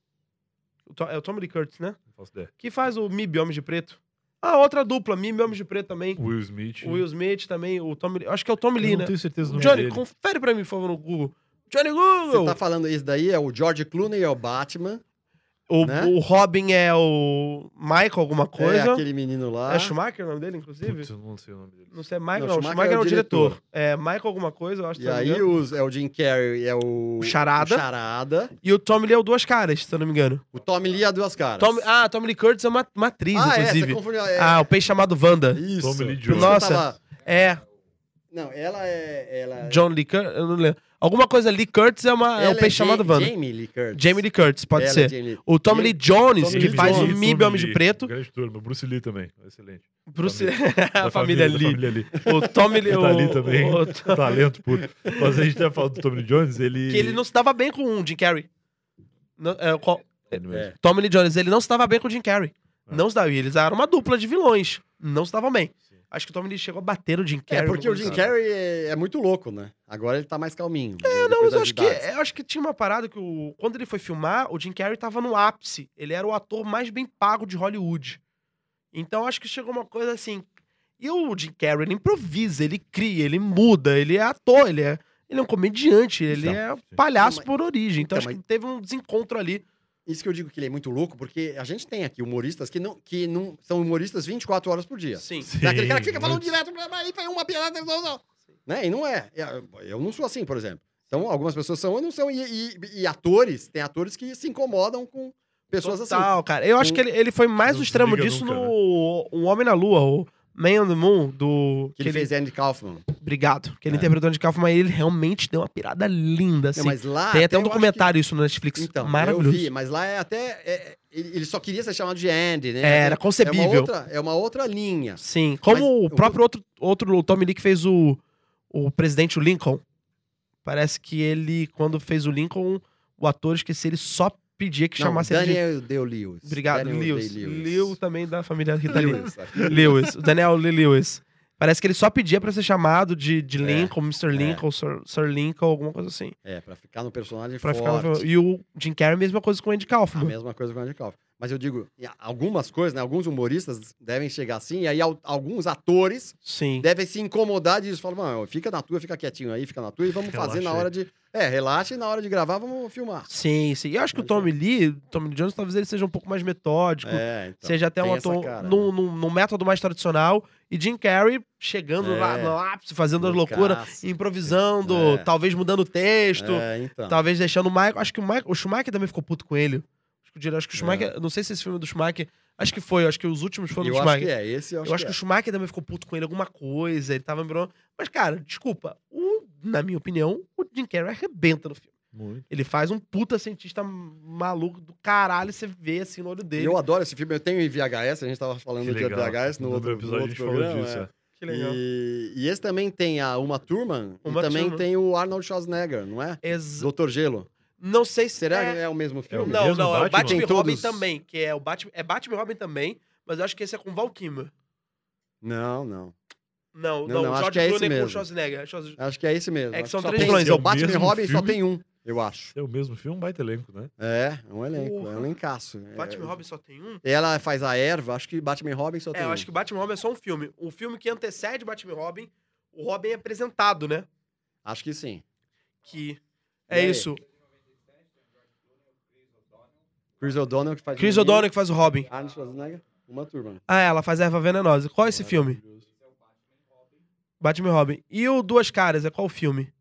S2: O To- é o Tom Lee Curtis, né?
S3: não faço ideia.
S2: Que faz o Mib Homem de Preto. Ah, outra dupla, Mib Homem de Preto também.
S3: Will Smith.
S2: O Will Smith também, o Tom Lee- Acho que é o Tom
S3: Eu
S2: Lee,
S3: Não
S2: né?
S3: tenho certeza do nome
S2: Johnny,
S3: dele.
S2: confere pra mim, por favor, no Google. Johnny
S1: Você
S2: Google!
S1: tá falando isso daí, é o George Clooney, é o Batman.
S2: O,
S1: né?
S2: o Robin é o Michael alguma
S1: É
S2: coisa.
S1: aquele menino lá.
S2: É Schumacher o nome dele, inclusive?
S3: Putz, eu não sei o nome dele.
S2: Não sei, Michael
S1: Não,
S2: não.
S1: Schumacher
S2: Schumacher,
S1: é
S2: é
S1: o
S2: o diretor.
S1: diretor.
S2: É Michael alguma coisa, eu acho.
S1: E
S2: se não me
S1: aí
S2: engano.
S1: os, é o Jim Carrey, é o...
S2: tá O Charada.
S1: O Charada.
S2: E o Tommy Lee é o Duas Caras, se eu não me engano.
S1: O Tommy Lee, a duas caras.
S2: Tom, ah, Tommy Lee Curtis é uma, uma atriz,
S1: Ah, é,
S2: inclusive.
S1: você confundiu, é.
S2: Ah, o peixe chamado Wanda.
S1: Isso.
S3: Tommy Lee
S1: Por isso que eu
S2: Nossa.
S1: tava-
S2: É,
S1: Não, ela é... Ela...
S2: John Lee Curtis, eu não lembro. Alguma coisa Lee Curtis é, uma, é
S1: ela
S2: um peixe
S1: Ja-
S2: chamado Wanda. Jamie,
S1: Jamie Lee Curtis.
S2: Lee Curtis, pode
S1: Ela é
S2: ser.
S1: Jamie Lee.
S2: O Tommy Lee Jones,
S1: Tommy
S2: que
S1: Lee
S2: faz
S1: Jones,
S2: o Mib Homem de Preto.
S3: um Grande turma. Bruce Lee também. Excelente.
S2: Bruce...
S3: Da
S2: a família,
S3: da
S2: Lee.
S3: família Lee.
S2: O Tommy
S3: Ele
S2: Lee...
S3: tá ali
S2: o-
S3: também.
S2: o-
S3: Talento puro. Mas a gente tá falando do Tommy Lee Jones, ele.
S2: que ele não se dava bem com o Jim Carrey. Não, é, qual-
S3: Ele mesmo.
S1: É.
S2: Tommy Lee Jones, ele não se dava bem com o Jim Carrey.
S3: Ah.
S2: Não se dava. e Eles eram uma dupla de vilões. Não se davam bem.
S3: Sim.
S2: Acho que o Tommy Lee chegou a bater o Jim
S1: É,
S2: Carrey.
S1: porque o
S2: alguma
S1: Jim
S2: coisa.
S1: Carrey é, é muito louco, né? Agora ele tá mais calminho. É,
S2: Não, mas eu acho, que, eu acho que tinha uma parada que o, quando ele foi filmar, o Jim Carrey tava no ápice. Ele era o ator mais bem pago de Hollywood. Então acho que chegou uma coisa assim. E o Jim Carrey, ele improvisa, ele cria, ele muda, ele é ator, ele é, ele é um comediante, ele
S3: Então,
S2: é
S3: sim.
S2: palhaço
S1: Então,
S2: por origem. Então,
S1: então,
S2: acho
S1: mas-
S2: que teve um desencontro ali.
S1: Isso que eu digo que ele é muito louco, porque a gente tem aqui humoristas que não, que não são humoristas 24 horas por dia.
S2: Sim.
S1: É aquele cara que fica
S3: Sim,
S1: falando
S3: muito.
S1: direto, "Mas aí faz uma piada, não, não. Né? E não é. É, Eu não sou assim, por exemplo. Então, algumas pessoas são ou não são. E, e- e atores, tem atores que se incomodam com pessoas assim.
S2: Total, cara. Eu acho
S1: Um-
S2: que ele, ele foi mais
S3: Não
S2: o extremo
S3: desliga
S2: disso
S3: nunca, né?
S2: no Um Homem na Lua, o Man on the Moon, do.
S1: Que ele, fez Andy Kaufman.
S2: Obrigado. Que ele
S1: É.
S2: interpretou de Kaufman, mas ele realmente deu uma pirada linda, assim.
S1: Não, mas lá.
S2: Tem até um
S1: Ah, eu acho
S2: documentário isso no Netflix.
S1: que- Então,
S2: Maravilhoso.
S1: eu vi, mas lá é até. é- ele ele só queria ser chamado de Andy, né?
S2: Era
S1: é uma,
S2: concebível.
S1: outra, é uma outra linha.
S2: Sim. Como
S1: Mas
S2: o
S1: eu-
S2: próprio outro, outro o Tommy Lee que fez o, o presidente Lincoln. Parece que ele, quando fez o Lincoln, o ator esqueci, ele só pedia que
S1: Não,
S2: chamasse ele de.
S1: Daniel Day-Lewis.
S2: Obrigado,
S1: Daniel
S2: Lewis.
S1: Day-Lewis.
S2: Liu também da família Rita Lee.
S1: Lewis, acho.
S2: Lewis, o Daniel Lee Lewis. Parece que ele só pedia pra ser chamado de, de Lincoln, Mr. Lincoln, Sir, Sir Lincoln, alguma coisa assim.
S1: É, pra ficar no personagem
S2: Pra
S1: forte. Ah,
S2: ficar no... E o Jim Carrey, mesma coisa com o Andy
S1: A
S2: Kaufman.
S1: mesma coisa com o Andy Kaufman. Mas eu digo, e a- algumas coisas, né? Alguns humoristas devem chegar assim, e aí al- alguns atores
S2: Sim.
S1: devem se incomodar disso. Falam, mano, fica na tua, fica quietinho aí, fica na tua, e vamos
S3: Relaxa
S1: fazer na
S3: aí.
S1: hora de. É, relaxa e na hora de gravar, vamos filmar.
S2: Sim, sim. Eu acho que o Tommy Lee, Tommy Lee Jones, talvez ele seja um pouco mais metódico,
S1: É, então.
S2: Tipo, seja até um
S1: tem essa
S2: ator
S1: cara, né?
S2: num, num- num método mais tradicional. E Jim Carrey chegando
S1: É.
S2: lá no ápice, fazendo as loucuras,
S1: Loucaço.
S2: improvisando,
S1: É.
S2: talvez mudando o texto,
S1: É, então.
S2: talvez deixando o Michael. Acho que o, Michael, o Schumacher também ficou puto com ele. Acho que, o dire- acho que o Schumacher. Não sei se esse filme é do Schumacher. Acho que foi, acho que os últimos foram
S1: eu
S2: do
S1: acho
S2: Schumacher.
S1: que é, esse eu acho,
S2: Eu acho que o Schumacher também ficou puto com ele, alguma coisa, ele tava embrulhando. Mas, cara, desculpa, o- na minha opinião, o Jim Carrey arrebenta no filme.
S3: Muito.
S2: Ele faz um puta cientista maluco do caralho, você vê assim no olho
S1: é.
S2: dele.
S1: Eu adoro esse filme, eu tenho em VHS, a gente tava falando
S3: Que
S1: de
S3: legal.
S1: VHS no
S3: No
S1: outro,
S3: outro
S1: no
S3: episódio a
S1: outro
S3: gente falou
S1: programa,
S3: disso.
S1: é.
S3: é.
S2: Que legal.
S1: E, e esse também tem a Uma Thurman
S2: Uma
S1: e também
S2: Thurman.
S1: tem o Arnold Schwarzenegger, não é?
S2: Ex-
S1: Doutor Gelo.
S2: Não sei se.
S1: Será
S2: é...
S1: que é o mesmo filme?
S3: mesmo?
S2: Não, não, é o
S3: Batman?
S2: Batman e
S1: Tem
S2: Robin
S1: todos?
S2: também, que é o Batman. É Batman e Robin também, mas eu acho que esse é com Val Kilmer.
S1: Não, não.
S2: Não,
S1: Não,
S2: não,
S1: não,
S2: o
S1: acho
S2: George
S1: que é esse
S2: Clooney com o
S1: mesmo.
S2: Schwarzenegger. Schwarzenegger.
S1: Acho que é esse mesmo.
S2: É que
S1: Acho
S2: são
S1: só
S2: três
S1: tem-
S2: vilões,
S3: é
S1: O
S3: o
S1: Batman e
S3: mesmo
S1: Robin só
S3: filme?
S1: tem um, eu acho.
S3: É o mesmo filme, um baita elenco, né?
S1: É, é um elenco,
S2: Porra.
S1: é um elencaço. É,
S2: Batman e Robin só tem um?
S1: Ela faz a erva, acho que Batman e Robin só tem
S2: É, eu
S1: um.
S2: acho que Batman e Robin é só um filme. O filme que antecede Batman e Robin, o Robin é apresentado, né?
S1: Acho que sim.
S2: que
S1: E
S2: é
S1: aí?
S2: isso.
S1: Chris O'Donnell que faz...
S2: Chris
S1: o menino,
S2: O'Donnell que faz o Robin.
S1: Arnold Schwarzenegger, Uma Thurman.
S2: Ah, ela faz erva venenosa. Qual é esse filme? Batman e Robin. E o Duas Caras, é qual o filme?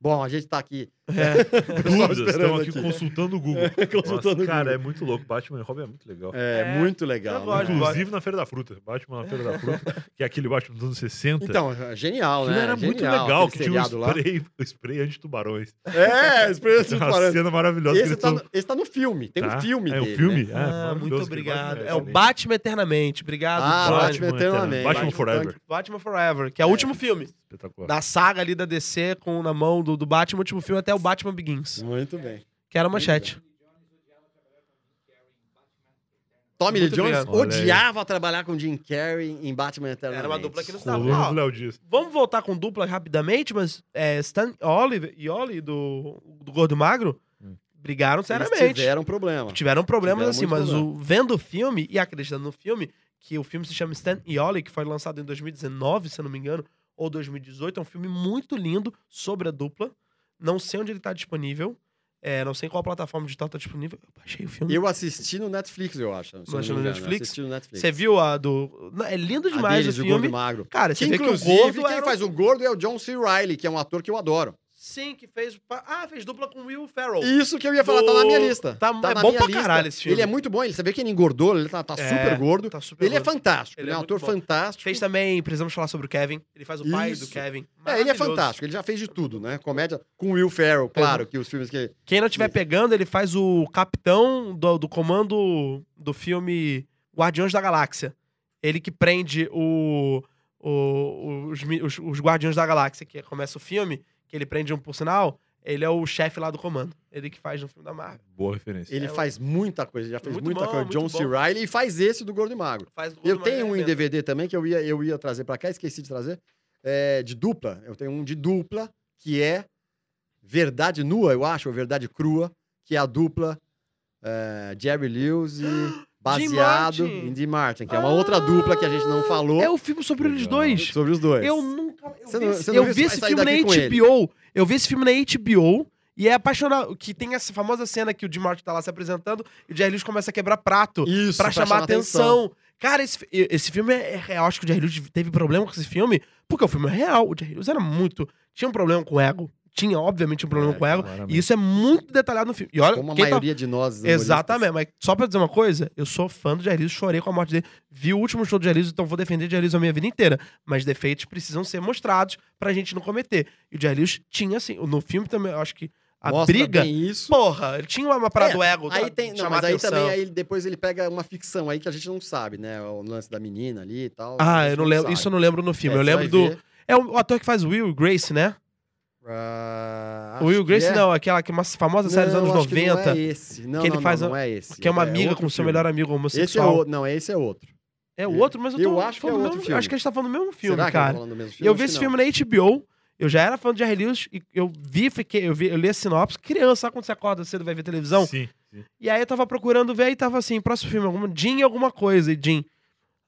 S1: Bom, a gente tá aqui.
S2: É.
S1: pessoal
S3: Dúvidas,
S1: esperando
S3: estamos aqui,
S1: aqui.
S3: consultando o Google.
S1: Consultando
S3: Nossa,
S1: o
S3: cara,
S1: Google.
S3: é muito louco. Batman e Robin é muito legal.
S1: É,
S2: É,
S1: muito legal.
S2: eu gosto.
S1: né?
S3: Inclusive na Feira da Fruta. Batman na Feira da Fruta, que é aquele Batman dos anos 60.
S1: Então, é genial,
S3: Aquilo
S1: né?
S3: era muito
S1: Genial,
S3: legal,
S1: aquele
S3: que tinha um
S1: seriado lá.
S3: spray, o spray anti-tubarões.
S1: É, experiência
S3: Uma cena maravilhosa. que
S1: Esse
S3: eles
S1: tá,
S3: são-
S1: no, esse tá no filme. Tem
S3: Tá?
S1: um filme
S3: É
S1: dele,
S3: o filme?
S1: né?
S3: É,
S2: Ah,
S3: maravilhoso,
S2: muito
S3: aquele
S2: obrigado.
S3: Batman né?
S2: É o
S3: excelente.
S2: Batman Eternamente. Obrigado,
S1: Ah,
S2: Johnny.
S1: Batman Eternamente.
S3: Batman
S1: Batman
S3: Forever.
S2: então, né? Batman Forever, que é o último filme
S3: Espetacular.
S2: da saga ali da DC com na mão do, do Batman, o último filme até o Batman Begins,
S1: Muito bem.
S2: que era a manchete.
S1: Tommy Lee
S2: Muito
S1: Jones
S2: obrigado.
S3: Olha aí.
S1: odiava trabalhar com Jim Carrey em Batman Eternamente.
S2: Era uma dupla que não sabe.
S3: Coluna
S2: Ó,
S3: do Léo Dias.
S2: Vamos voltar com dupla rapidamente, mas é, Stan Oliver e Oli do, do Gordo e Magro
S3: Hum.
S2: brigaram
S1: Eles
S2: seriamente.
S1: tiveram problema.
S2: Tiveram problemas
S1: Tiveram
S2: assim,
S1: muito
S2: mas o, vendo o filme e acreditando no filme, que o filme se chama Stan e Ollie, que foi lançado em 2019, se eu não me engano, ou 2018, é um filme muito lindo sobre a dupla. Não sei onde ele tá disponível, é, não sei em qual plataforma digital tá disponível. Eu baixei o filme.
S1: Eu assisti no Netflix, eu acho. se eu não
S2: um Mas
S1: me
S2: no
S1: engano,
S2: Netflix?
S1: Assisti no Netflix.
S2: Você viu a do. Não, É lindo
S1: A
S2: demais
S1: deles,
S2: o
S1: do Gordo e
S2: filme.
S1: Magro.
S2: Cara,
S1: Que,
S2: você vê que o
S1: inclusive,
S2: Gordo
S1: quem
S2: era um-
S1: faz o gordo é o John C. Riley, que é um ator que eu adoro.
S2: Sim, que fez. pa- Ah, fez dupla com Will Ferrell.
S1: Isso que eu ia falar, tá na minha lista.
S2: Tá- é
S1: na
S2: bom
S1: minha
S2: pra caralho esse filme.
S1: Ele é muito bom, ele, você vê que ele engordou, ele tá, tá
S2: É,
S1: super gordo.
S2: Tá super
S1: Ele é
S2: gordo.
S1: fantástico,
S2: Ele
S1: ele é
S2: é
S1: um
S2: muito
S1: ator
S2: bom.
S1: fantástico.
S2: Fez também, precisamos falar sobre o Kevin. Ele faz o pai
S1: Isso.
S2: do
S1: É,
S2: Kevin.
S1: ele é
S2: Maravilhoso.
S1: fantástico, ele já fez de tudo, né? Comédia com Will Ferrell,
S2: um-
S1: claro, que os filmes que...
S2: Quem não estiver
S1: Isso.
S2: pegando, ele faz o capitão do, do comando do filme Guardiões da Galáxia. Ele que prende o, o- os, mi- os- os Guardiões da Galáxia, que começa o filme, que ele prende um por sinal. Ele é o chefe lá do comando. Ele que faz no filme da Marvel.
S3: Boa referência.
S1: Ele
S2: É,
S1: faz muita coisa, ele já fez
S2: Muito
S1: muita
S2: bom, é
S1: coisa.
S2: muito
S1: John C.
S2: bom.
S1: Riley e faz esse do Gordo e Magro.
S2: Faz do
S1: Eu
S2: Gordo
S1: tenho um em
S2: Magro.
S1: DVD também que eu ia, eu ia trazer pra cá, esqueci de trazer, é, de dupla. Eu tenho um de dupla, que é Verdade Nua, eu acho, ou Verdade Crua, que é a dupla é, Jerry Lewis e baseado
S2: Martin. Ah!
S1: em Dean Martin, que é uma outra dupla que a gente não falou
S2: É o filme sobre eles
S3: Legal.
S2: dois.
S1: sobre os dois.
S2: Eu nunca. Eu
S1: Você
S2: vi,
S1: não-
S2: esse-
S1: você não
S2: eu
S1: viu
S2: vi
S1: esse-
S2: esse
S1: vai
S2: filme na
S1: sair daqui
S2: HBO. Eu vi esse filme na HBO e é apaixonado. Que tem essa famosa cena que o Jim Martin tá lá se apresentando e o Jerry Lewis começa a quebrar prato
S1: Isso,
S2: pra chamar, atenção. Cara, esse, fi- esse filme é real. Acho que o Jerry Lewis teve problema com esse filme porque o filme é real. O Jerry Lewis era muito. Tinha um problema com o ego. Tinha, obviamente, um problema
S1: É,
S2: com o ego.
S3: claramente.
S2: E isso é muito detalhado no filme. E olha,
S1: Como a
S2: quem tá
S1: maioria de nós. humoristas.
S2: Exatamente, mas só pra dizer uma coisa, eu sou fã do Jairus, chorei com a morte dele, vi o último show do Jairus, então vou defender Jairus a minha vida inteira. Mas defeitos precisam ser mostrados pra gente não cometer. E o Jairus tinha, assim, no filme também, eu acho que a
S1: Mostra
S2: briga.
S1: bem isso.
S2: Porra, ele tinha uma parada
S1: É,
S2: do ego,
S1: Aí
S2: tá,
S1: tem, não,
S2: chamar
S1: mas aí
S2: atenção.
S1: também aí depois ele pega uma ficção aí que a gente não sabe, né? O lance da menina ali e tal. a
S2: Ah,
S1: gente
S2: eu não lembro,
S1: sabe.
S2: isso eu não lembro no filme.
S1: É,
S2: eu
S1: você
S2: lembro
S1: vai
S2: do.
S1: ver.
S2: É o, o ator que faz Will Grace, né?
S1: Ah,
S2: o Will
S1: acho que
S2: Grace
S1: é.
S2: não, aquela que é uma famosa série dos anos
S1: acho que
S2: 90,
S1: Não é esse. Não,
S2: que ele
S1: não,
S2: faz
S1: não,
S2: a-
S1: não é esse.
S2: que é uma amiga
S1: outro
S2: com o seu
S1: filme.
S2: melhor amigo
S1: Esse é
S2: homossexual.
S1: outro. Não, esse é outro.
S2: é, o outro, mas eu,
S1: Eu
S2: tô
S1: acho que é
S2: falando do
S1: outro
S2: mesmo-
S1: filme.
S2: Acho que a gente tá falando do mesmo filme,
S1: Será que eu tô
S2: cara.
S1: falando do mesmo
S2: E
S1: filme?
S2: eu
S1: Acho
S2: vi esse
S1: que
S2: filme na HBO. Eu já era fã de Jerry Lewis e eu vi, fiquei, eu vi, eu li a sinopse. Criança, sabe quando você acorda cedo e vai ver televisão?
S3: Sim.
S2: E aí eu tava procurando ver, e tava assim, próximo filme, alguma, Jim alguma coisa, e Jim.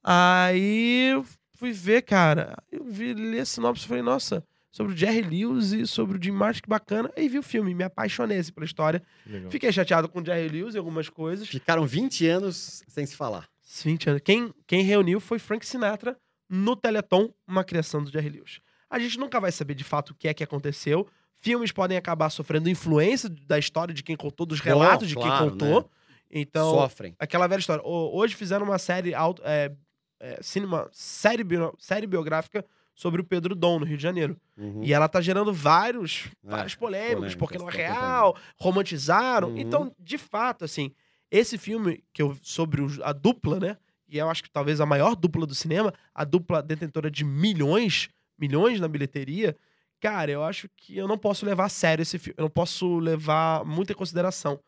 S2: Aí eu fui ver, cara. Eu vi, li a sinopse e falei, nossa, sobre o Jerry Lewis e sobre o Jim Martin, que bacana. Aí vi o filme, me apaixonei assim, pela história.
S3: Legal.
S2: Fiquei chateado com o Jerry Lewis e algumas coisas.
S1: Ficaram 20 anos sem se falar.
S2: 20 anos. Quem, quem reuniu foi Frank Sinatra no Teleton, uma criação do Jerry Lewis. A gente nunca vai saber de fato o que é que aconteceu. Filmes podem acabar sofrendo influência da história de quem contou, dos
S1: Claro,
S2: relatos de
S1: claro,
S2: quem contou.
S1: né?
S2: Então,
S1: Sofrem.
S2: aquela velha história. Ho- Hoje fizeram uma série auto, é, é, cinema, série, bio- série biográfica sobre o Pedro Dom, no Rio de Janeiro.
S1: Uhum.
S2: E ela tá gerando vários,
S1: É,
S2: várias polêmicas,
S1: polêmicas,
S2: porque não é
S1: tá
S2: real, romantizaram.
S1: Uhum.
S2: Então, de fato, assim, esse filme que eu sobre os- a dupla, né? E eu acho que talvez a maior dupla do cinema, a dupla detentora de milhões, milhões na bilheteria, cara, eu acho que eu não posso levar a sério esse filme, eu não posso levar muito em consideração.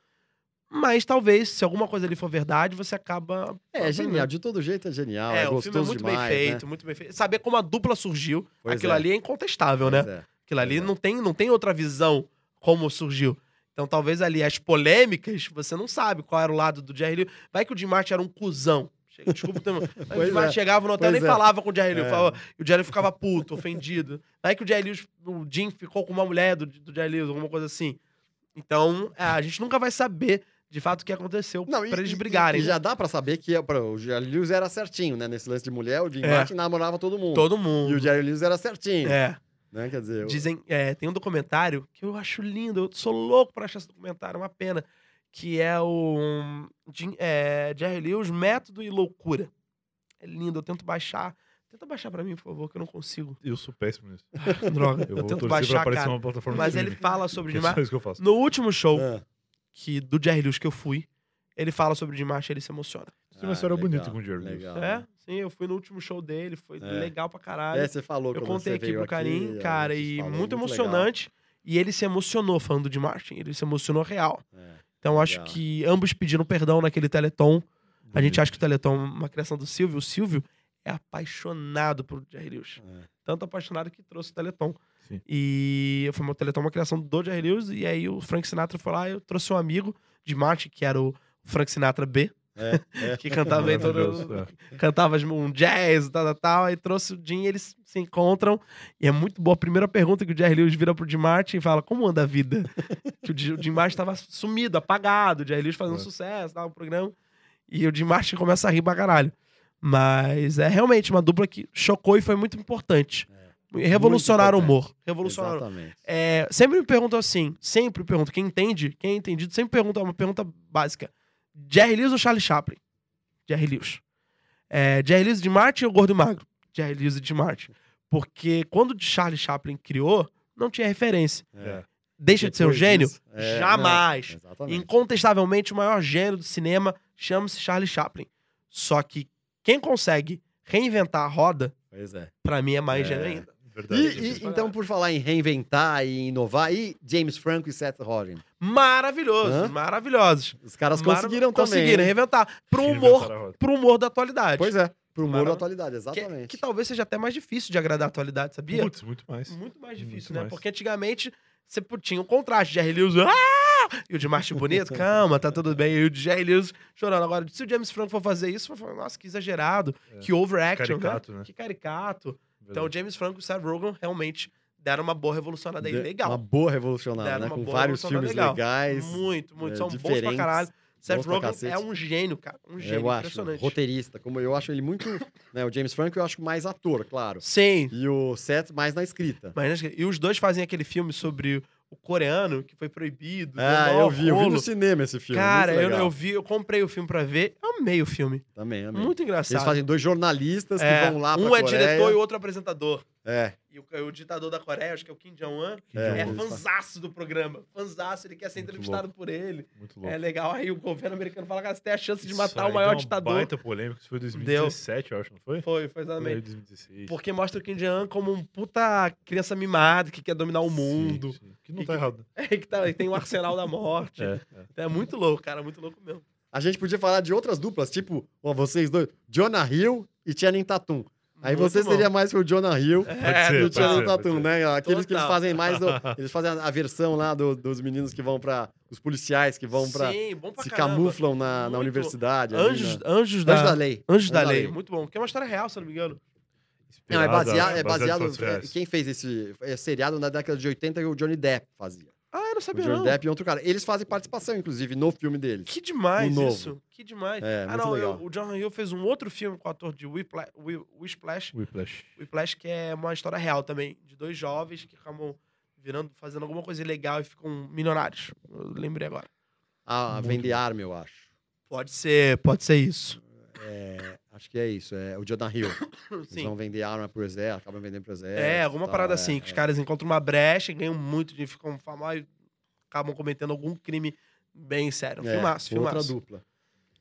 S2: Mas talvez, se alguma coisa ali for verdade, você acaba. né?
S1: É, é genial, de todo jeito é genial. É,
S2: É, o filme é
S1: gostoso
S2: muito
S1: demais. né?
S2: bem feito, muito bem feito. Saber como a dupla surgiu,
S1: Pois
S2: aquilo
S1: é.
S2: ali é incontestável, né?
S1: né? Pois é.
S2: Aquilo ali
S1: Exato.
S2: não tem, não tem outra visão como surgiu. Então, talvez ali as polêmicas, você não sabe qual era o lado do Jerry Lewis. Vai que o Jim Martin era um cuzão. Chega- Desculpa, o termo. Vai que o
S1: Pois
S2: Jim Martin
S1: é.
S2: chegava no hotel
S1: Pois
S2: nem
S1: é.
S2: falava com o Jerry Lewis.
S1: É.
S2: Falava, e o Jerry Lewis ficava puto, ofendido. Vai que o Jerry Lewis, o Jim ficou com uma mulher do, do Jerry Lewis, alguma coisa assim. Então, é, a gente nunca vai saber de fato o que aconteceu
S1: Não,
S2: pra
S1: e-
S2: eles
S1: e-
S2: brigarem. né?
S1: E, já dá pra saber que é pra- o Jerry Lewis era certinho, né? Nesse lance de mulher, o Jim
S2: É.
S1: Martin namorava todo mundo.
S2: Todo
S1: E
S2: mundo.
S1: o Jerry Lewis era certinho,
S2: É.
S1: né? Quer dizer, o-
S2: Dizem, é, tem um documentário que eu acho lindo, eu sou louco pra achar esse documentário, é uma pena. Que é o um, Jim- é, Jerry Lewis, Método e Loucura. É lindo, eu tento baixar. Tenta baixar pra mim, por favor, que eu não consigo.
S3: Eu sou péssimo nisso.
S2: Droga,
S3: Eu
S2: eu,
S3: vou
S2: tento
S3: torcer pra
S2: baixar,
S3: aparecer
S2: cara.
S3: uma plataforma
S2: Mas
S3: de
S2: ele
S3: streaming,
S2: fala sobre Jim
S3: que é só
S2: Martin.
S3: isso que eu É. faço.
S2: No último show
S1: Ah,
S2: que, do Jerry Lewis que eu fui, ele fala sobre Jim Martin, ele se emociona.
S3: Tem uma
S1: Ah,
S3: história
S1: legal,
S3: bonita com o Jerry Lewis.
S1: legal,
S2: É,
S1: né?
S2: sim, eu fui no último show dele, foi legal pra caralho.
S1: É, você falou
S2: Eu
S1: quando
S2: contei
S1: você
S2: aqui
S1: veio é,
S2: pro Carim,
S1: a
S2: cara,
S1: gente
S2: e
S1: falou,
S2: muito,
S1: legal.
S2: emocionante. E ele se emocionou falando de Martin, ele se emocionou real.
S1: É.
S2: Então acho
S1: Legal. Uhum.
S2: que ambos pediram perdão naquele Teleton. A gente acha que o Teleton é uma criação do Silvio. O Silvio é apaixonado por Jerry Lewis.
S1: É.
S2: Tanto apaixonado que trouxe o Teleton.
S3: Sim.
S2: E foi uma Teleton, é uma criação do Jerry Lewis. E aí o Frank Sinatra foi lá e eu trouxe um amigo de Martin, que era o Frank Sinatra B,
S1: É, é.
S2: que cantava em todo,
S3: Maravilhoso, é.
S2: cantava um jazz, tal, tal, tal, aí trouxe o Jim e eles se encontram. E é muito boa a primeira pergunta que o Jerry Lewis vira pro Jim Martin e fala: Como anda a vida? que o Jim Jim Martin tava sumido, apagado, o Jerry Lewis fazendo
S3: É.
S2: sucesso, tal, o programa. E o Jim Martin começa a rir pra caralho. Mas é realmente uma dupla que chocou e foi muito importante. E Revolucionaram
S1: importante.
S2: o humor. Revolucionaram.
S1: Exatamente.
S2: É, sempre me perguntam assim, sempre pergunto, quem entende, quem é entendido, sempre pergunta uma pergunta básica. Jerry Lewis ou Charlie Chaplin? Jerry Lewis. É, Jerry Lewis de Martin ou Gordo e Magro? Jerry Lewis de Martin. Porque quando o Charlie Chaplin criou, não tinha referência.
S1: É.
S2: Deixa de ser um
S1: Depois
S2: gênio?
S1: disso, é,
S2: Jamais.
S1: não, exatamente.
S2: Incontestavelmente, o maior gênio do cinema chama-se Charlie Chaplin. Só que quem consegue reinventar a roda,
S1: Pois é.
S2: pra mim é mais
S1: É.
S2: gênio ainda.
S1: E,
S3: Verdade.
S1: e- então, por falar em reinventar e inovar, e James Franco e Seth Rogen?
S2: Maravilhosos,
S1: Hã?
S2: maravilhosos.
S1: Os caras
S2: Mara-
S1: conseguiram também.
S2: Conseguiram
S1: hein?
S2: reventar. Pro
S3: Sim,
S2: humor,
S3: inventaram a roda.
S2: pro humor da atualidade.
S1: Pois é, pro humor
S2: Mara-
S1: da atualidade,
S2: que,
S1: exatamente.
S2: que talvez seja até mais difícil de agradar a atualidade, sabia?
S3: Putz, muito mais.
S2: Muito mais difícil,
S3: Muito
S2: né?
S3: mais.
S2: Porque antigamente você pô, tinha um contraste. Jerry Lewis, ah! E o de Martin bonito, calma, tá tudo bem. E o de Jerry Lewis chorando. Agora, se o James Franco for fazer isso, vai falar, nossa, que exagerado,
S3: É.
S2: que overaction,
S3: Caricato, né?
S2: Que caricato. Então, o
S3: Verdade.
S2: James Franco e o Seth Rogen realmente deram uma boa revolucionada aí,
S1: De-
S2: legal.
S1: Uma boa revolucionária,
S2: Deram
S1: né?
S2: uma
S1: Com
S2: boa
S1: vários
S2: revolucionada
S1: filmes
S2: legal.
S1: legais.
S2: Muito, muito.
S1: é,
S2: São bons pra
S1: diferentes,
S2: caralho. Seth
S1: pra
S2: Rogen é
S1: cacete. É,
S2: um gênio, cara. Um gênio
S1: eu acho,
S2: impressionante.
S1: roteirista. Como eu acho ele muito. né, o James Franco eu acho mais ator, claro.
S2: Sim.
S1: E o Seth mais na escrita.
S2: Mas, né, e os dois fazem aquele filme sobre o coreano que foi
S1: Ah,
S2: proibido. deu maior
S1: eu vi, eu vi
S2: rolo.
S1: no cinema esse filme.
S2: é Cara,
S1: muito
S2: eu,
S1: legal.
S2: eu vi, eu comprei o filme pra ver. Eu amei o filme.
S1: Também, amei.
S2: Muito
S1: Eles
S2: engraçado.
S1: fazem dois jornalistas
S2: É,
S1: que vão lá pra
S2: um é
S1: Coreia.
S2: diretor e o outro apresentador.
S1: É,
S2: E o, o ditador da Coreia, acho que é o Kim Jong-un,
S3: Kim
S1: É,
S2: é,
S3: Jong-un,
S1: eles
S2: fanzaço do programa. Fanzaço, ele quer ser
S3: Muito
S2: entrevistado por ele.
S3: Muito louco.
S2: É legal. Aí o governo americano fala, cara, você tem a chance de
S3: Isso
S2: matar
S3: aí
S2: o maior
S1: um
S3: deu uma
S2: ditador.
S3: Baita polêmica, isso foi 2017, eu acho, não foi?
S2: Foi, foi
S3: Por aí,
S2: exatamente.
S3: 2016.
S2: Porque mostra o Kim Jong-un como um puta criança mimada que quer dominar o
S3: Sim,
S2: mundo.
S3: sim. Que não tá errado.
S2: É que tá, tem o arsenal da morte. É.
S3: É, é.
S2: muito louco, cara, muito louco mesmo.
S1: A gente podia falar de outras duplas, tipo, ó, vocês dois, Jonah Hill e Channing Tatum. Aí
S2: Muito
S1: você
S2: bom. É,
S1: seria mais que o Jonah Hill e
S3: Pode ser,
S1: o
S3: pode ser,
S1: Channing
S3: pode
S1: Tatum,
S3: ser.
S1: né? Aqueles que eles
S2: Total.
S1: fazem mais. do- eles fazem a a versão lá do- dos meninos que vão pra. Os policiais que vão pra.
S2: Sim, bom pra
S1: se
S2: caramba.
S1: camuflam na, na
S2: Muito.
S1: universidade. ali,
S2: Anjos,
S1: né?
S2: anjos,
S1: Anjos
S2: da,
S1: da Lei.
S2: anjos da, lei. Muito bom. Que é uma história real, se eu não me engano.
S1: Não, é baseado. É
S3: em
S1: baseado
S3: fatos reais.
S1: é, quem fez esse é, seriado na década de 80 que o Johnny Depp fazia.
S2: Ah, eu não
S1: O
S2: sabia
S1: Johnny
S2: não.
S1: Depp e outro cara. Eles fazem participação, inclusive, no filme deles.
S2: Que demais
S1: No novo.
S2: isso. Que demais.
S1: É,
S2: ah,
S1: muito
S2: não,
S1: legal.
S2: eu- o John Hill fez um outro filme com o ator de Whipla- Whi- Whiplash,
S3: Whiplash.
S2: Whiplash, que é uma história real também, de dois jovens que acabam virando, fazendo alguma coisa ilegal e ficam milionários. Eu lembrei agora.
S1: A
S3: Muito
S1: Vender Arma, eu acho.
S2: Pode ser, pode ser isso.
S1: É, acho que é isso. É o Jonah Hill. Eles
S2: Sim.
S1: vão vender arma pro exército, acabam vendendo pro exército.
S2: É, alguma
S1: tal, é,
S2: parada assim, que os
S1: é.
S2: caras encontram uma brecha, e ganham muito de ficam famosos e acabam cometendo algum crime bem sério. Um
S1: É,
S2: filmaço, filmaço.
S1: Outra dupla.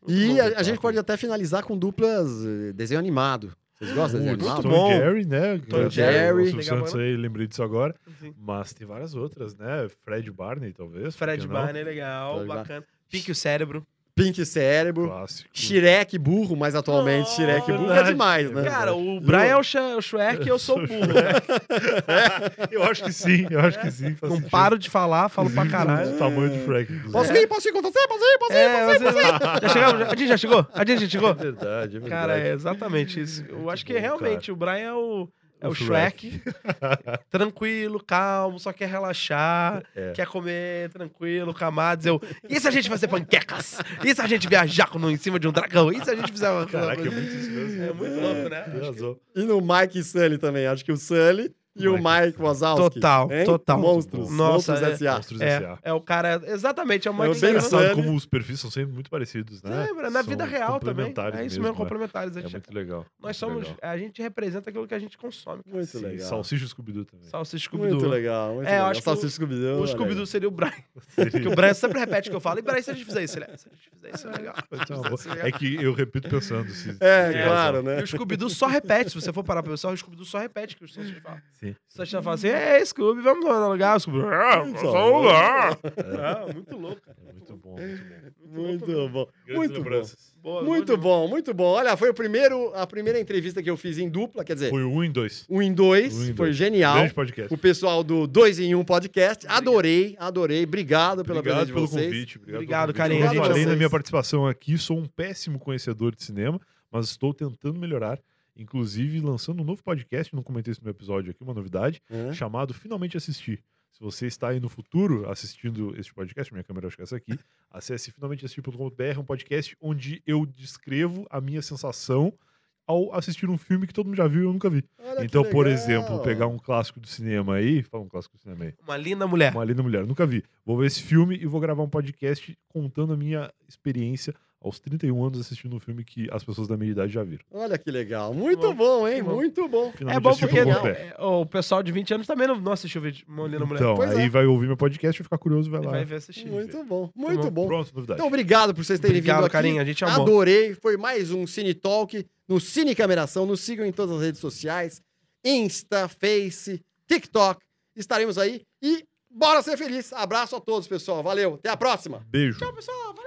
S2: Muito
S1: E
S2: bom.
S1: a, a gente pode até finalizar com duplas eh, desenho animado. Vocês gostam de desenho
S3: Muito
S1: animado?
S2: Tom
S3: bom.
S2: bom.
S3: Jerry, né?
S2: Tom
S3: É,
S1: Jerry.
S3: o Silvio Santos aí, lembrei disso agora.
S2: Sim.
S3: Mas tem várias outras, né? Fred Barney, talvez. por
S2: Fred
S3: que não?
S2: Barney, legal,
S1: Fred Barney.
S2: bacana. Pique o cérebro.
S1: Pink Cérebro,
S3: Clássico.
S1: Shrek Burro, mas atualmente
S2: Oh,
S1: Shrek Burro é
S3: verdade.
S1: demais, né?
S3: Cara,
S2: Cara, o Brian é o, Sh o Shrek e eu sou o burro. né?
S3: Eu acho que sim, eu acho que sim. faz
S2: Não
S3: sentido.
S2: paro de falar, falo pra
S3: Inclusive,
S2: caralho.
S3: O tamanho de Frank. inclusive. É
S1: Posso ir, posso ir com você, posso ir, posso ir.
S2: É, você- já chegamos, já- a gente já chegou? A gente já
S3: É
S2: chegou?
S3: verdade, é verdade.
S2: Cara, é exatamente isso. Eu
S3: Muito
S2: acho que
S3: bom,
S2: realmente o Brian é o, é o
S3: O
S2: Shrek. tranquilo, calmo, só quer relaxar,
S3: É.
S2: quer comer tranquilo, camadas. Eu, e se a gente fazer panquecas? E se a gente viajar com, em cima de um dragão? E se a gente fizer uma
S3: Caraca, é muito isso mesmo.
S2: É muito louco, né?
S3: Arrasou.
S1: E no Mike e Sully também. Acho que o Sully e o
S3: Mike
S1: Mike Wazowski.
S2: Total,
S1: hein?
S2: total.
S1: Monstros.
S2: Nossa,
S1: monstros
S2: é-
S1: S.A.
S3: Monstros S.A.
S2: É, é o cara, exatamente, é o Mike
S1: bem
S2: Tyson.
S1: engraçado.
S3: Sabe
S1: Sério?
S3: como os perfis são sempre muito parecidos, né?
S2: Lembra, na
S3: São
S2: vida real também.
S3: complementares
S2: É isso mesmo,
S3: né?
S2: complementares. A
S3: É
S2: gente,
S3: muito legal.
S2: nós somos,
S3: muito
S2: é,
S3: legal.
S2: a gente representa aquilo que a gente consome.
S1: Muito
S3: Sim,
S1: legal.
S3: Salsicha e Scooby-Doo também.
S2: Salsicha
S1: Muito
S2: Scooby-Doo.
S1: legal. Muito
S2: É, eu
S1: legal.
S2: acho que
S1: Salsicha
S2: o-
S1: Scooby-Doo.
S2: O
S1: olha aí.
S2: Scooby-Doo seria o Brian. Porque o Brian sempre repete o que eu falo. E Brian, se a gente fizer isso? Ele, Se a gente fizer isso, é legal.
S3: Pode ser uma boa. É que eu repito pensando. Se...
S1: É,
S2: É,
S1: claro,
S2: E
S1: né?
S2: o Scooby-Doo só repete. Se você for parar pra pensar, o Scooby-Doo só repete o que os Salsicha falam.
S3: Sim.
S2: O Salsicha fala assim, é, Scooby, vamos lá no lugar. O Scooby, "Ah, vamos lá no lugar." Ah, muito louco. cara.
S3: É muito bom, muito bom.
S1: Muito bom. Muito bom.
S2: Boa,
S1: Muito bom, muito bom. Olha, foi o primeiro, a primeira entrevista que eu fiz em dupla, quer dizer,
S3: Foi o 1 em 2.
S1: um em dois,
S3: Um em
S1: foi
S3: dois.
S1: genial.
S3: Grande podcast.
S1: O pessoal do Dois em Um Podcast, adorei, adorei. Obrigado pela
S3: Obrigado
S1: presença
S3: pelo
S1: de vocês.
S3: convite.
S2: Obrigado,
S3: pelo convite.
S2: carinho,
S1: a
S3: Como
S1: gente
S3: eu falei na
S1: vocês.
S3: minha participação aqui, sou um péssimo conhecedor de cinema, mas estou tentando melhorar. Inclusive, lançando um novo podcast, não comentei isso no meu episódio aqui, uma novidade,
S1: Hã?
S3: chamado Finalmente Assistir. Se você está aí no futuro assistindo este podcast, minha câmera acho que é essa aqui, acesse finalmenteassistir.com.br, um podcast onde eu descrevo a minha sensação ao assistir um filme que todo mundo já viu e eu nunca vi.
S1: Olha que
S3: então, por
S1: legal.
S3: exemplo, pegar um clássico do cinema aí, fala um clássico do cinema aí.
S2: Uma linda mulher.
S3: Uma linda mulher. Nunca vi. Vou ver esse filme e vou gravar um podcast contando a minha experiência aos 31 anos assistindo um filme que as pessoas da minha idade já viram.
S1: Olha que legal. Muito
S2: Bom,
S1: bom, hein?
S2: que
S3: um
S2: bom.
S1: Muito bom.
S2: É
S3: Finalmente
S2: bom
S3: assisti
S2: porque
S3: com o
S1: legal.
S2: não,
S3: Voltaire.
S2: é, o pessoal de 20 anos também não, não assistiu o vídeo Uma linda mulher.
S3: Então,
S1: Pois
S3: aí
S1: é.
S3: vai ouvir meu podcast e ficar curioso, vai
S2: Ele
S3: lá.
S2: vai ver assistir.
S1: Muito bom, muito
S2: Tá
S1: bom.
S3: Pronto, novidade.
S1: Então, obrigado por vocês terem vindo
S2: Obrigado,
S1: aqui.
S2: carinho. A gente amou.
S1: Adorei. Foi mais um Cine Talk no Cine Cameração. Nos sigam em todas as redes sociais: Insta, Face, TikTok. Estaremos aí e bora ser feliz. Abraço a todos, pessoal. Valeu. Até a próxima.
S3: Beijo.
S2: Tchau, pessoal. Valeu.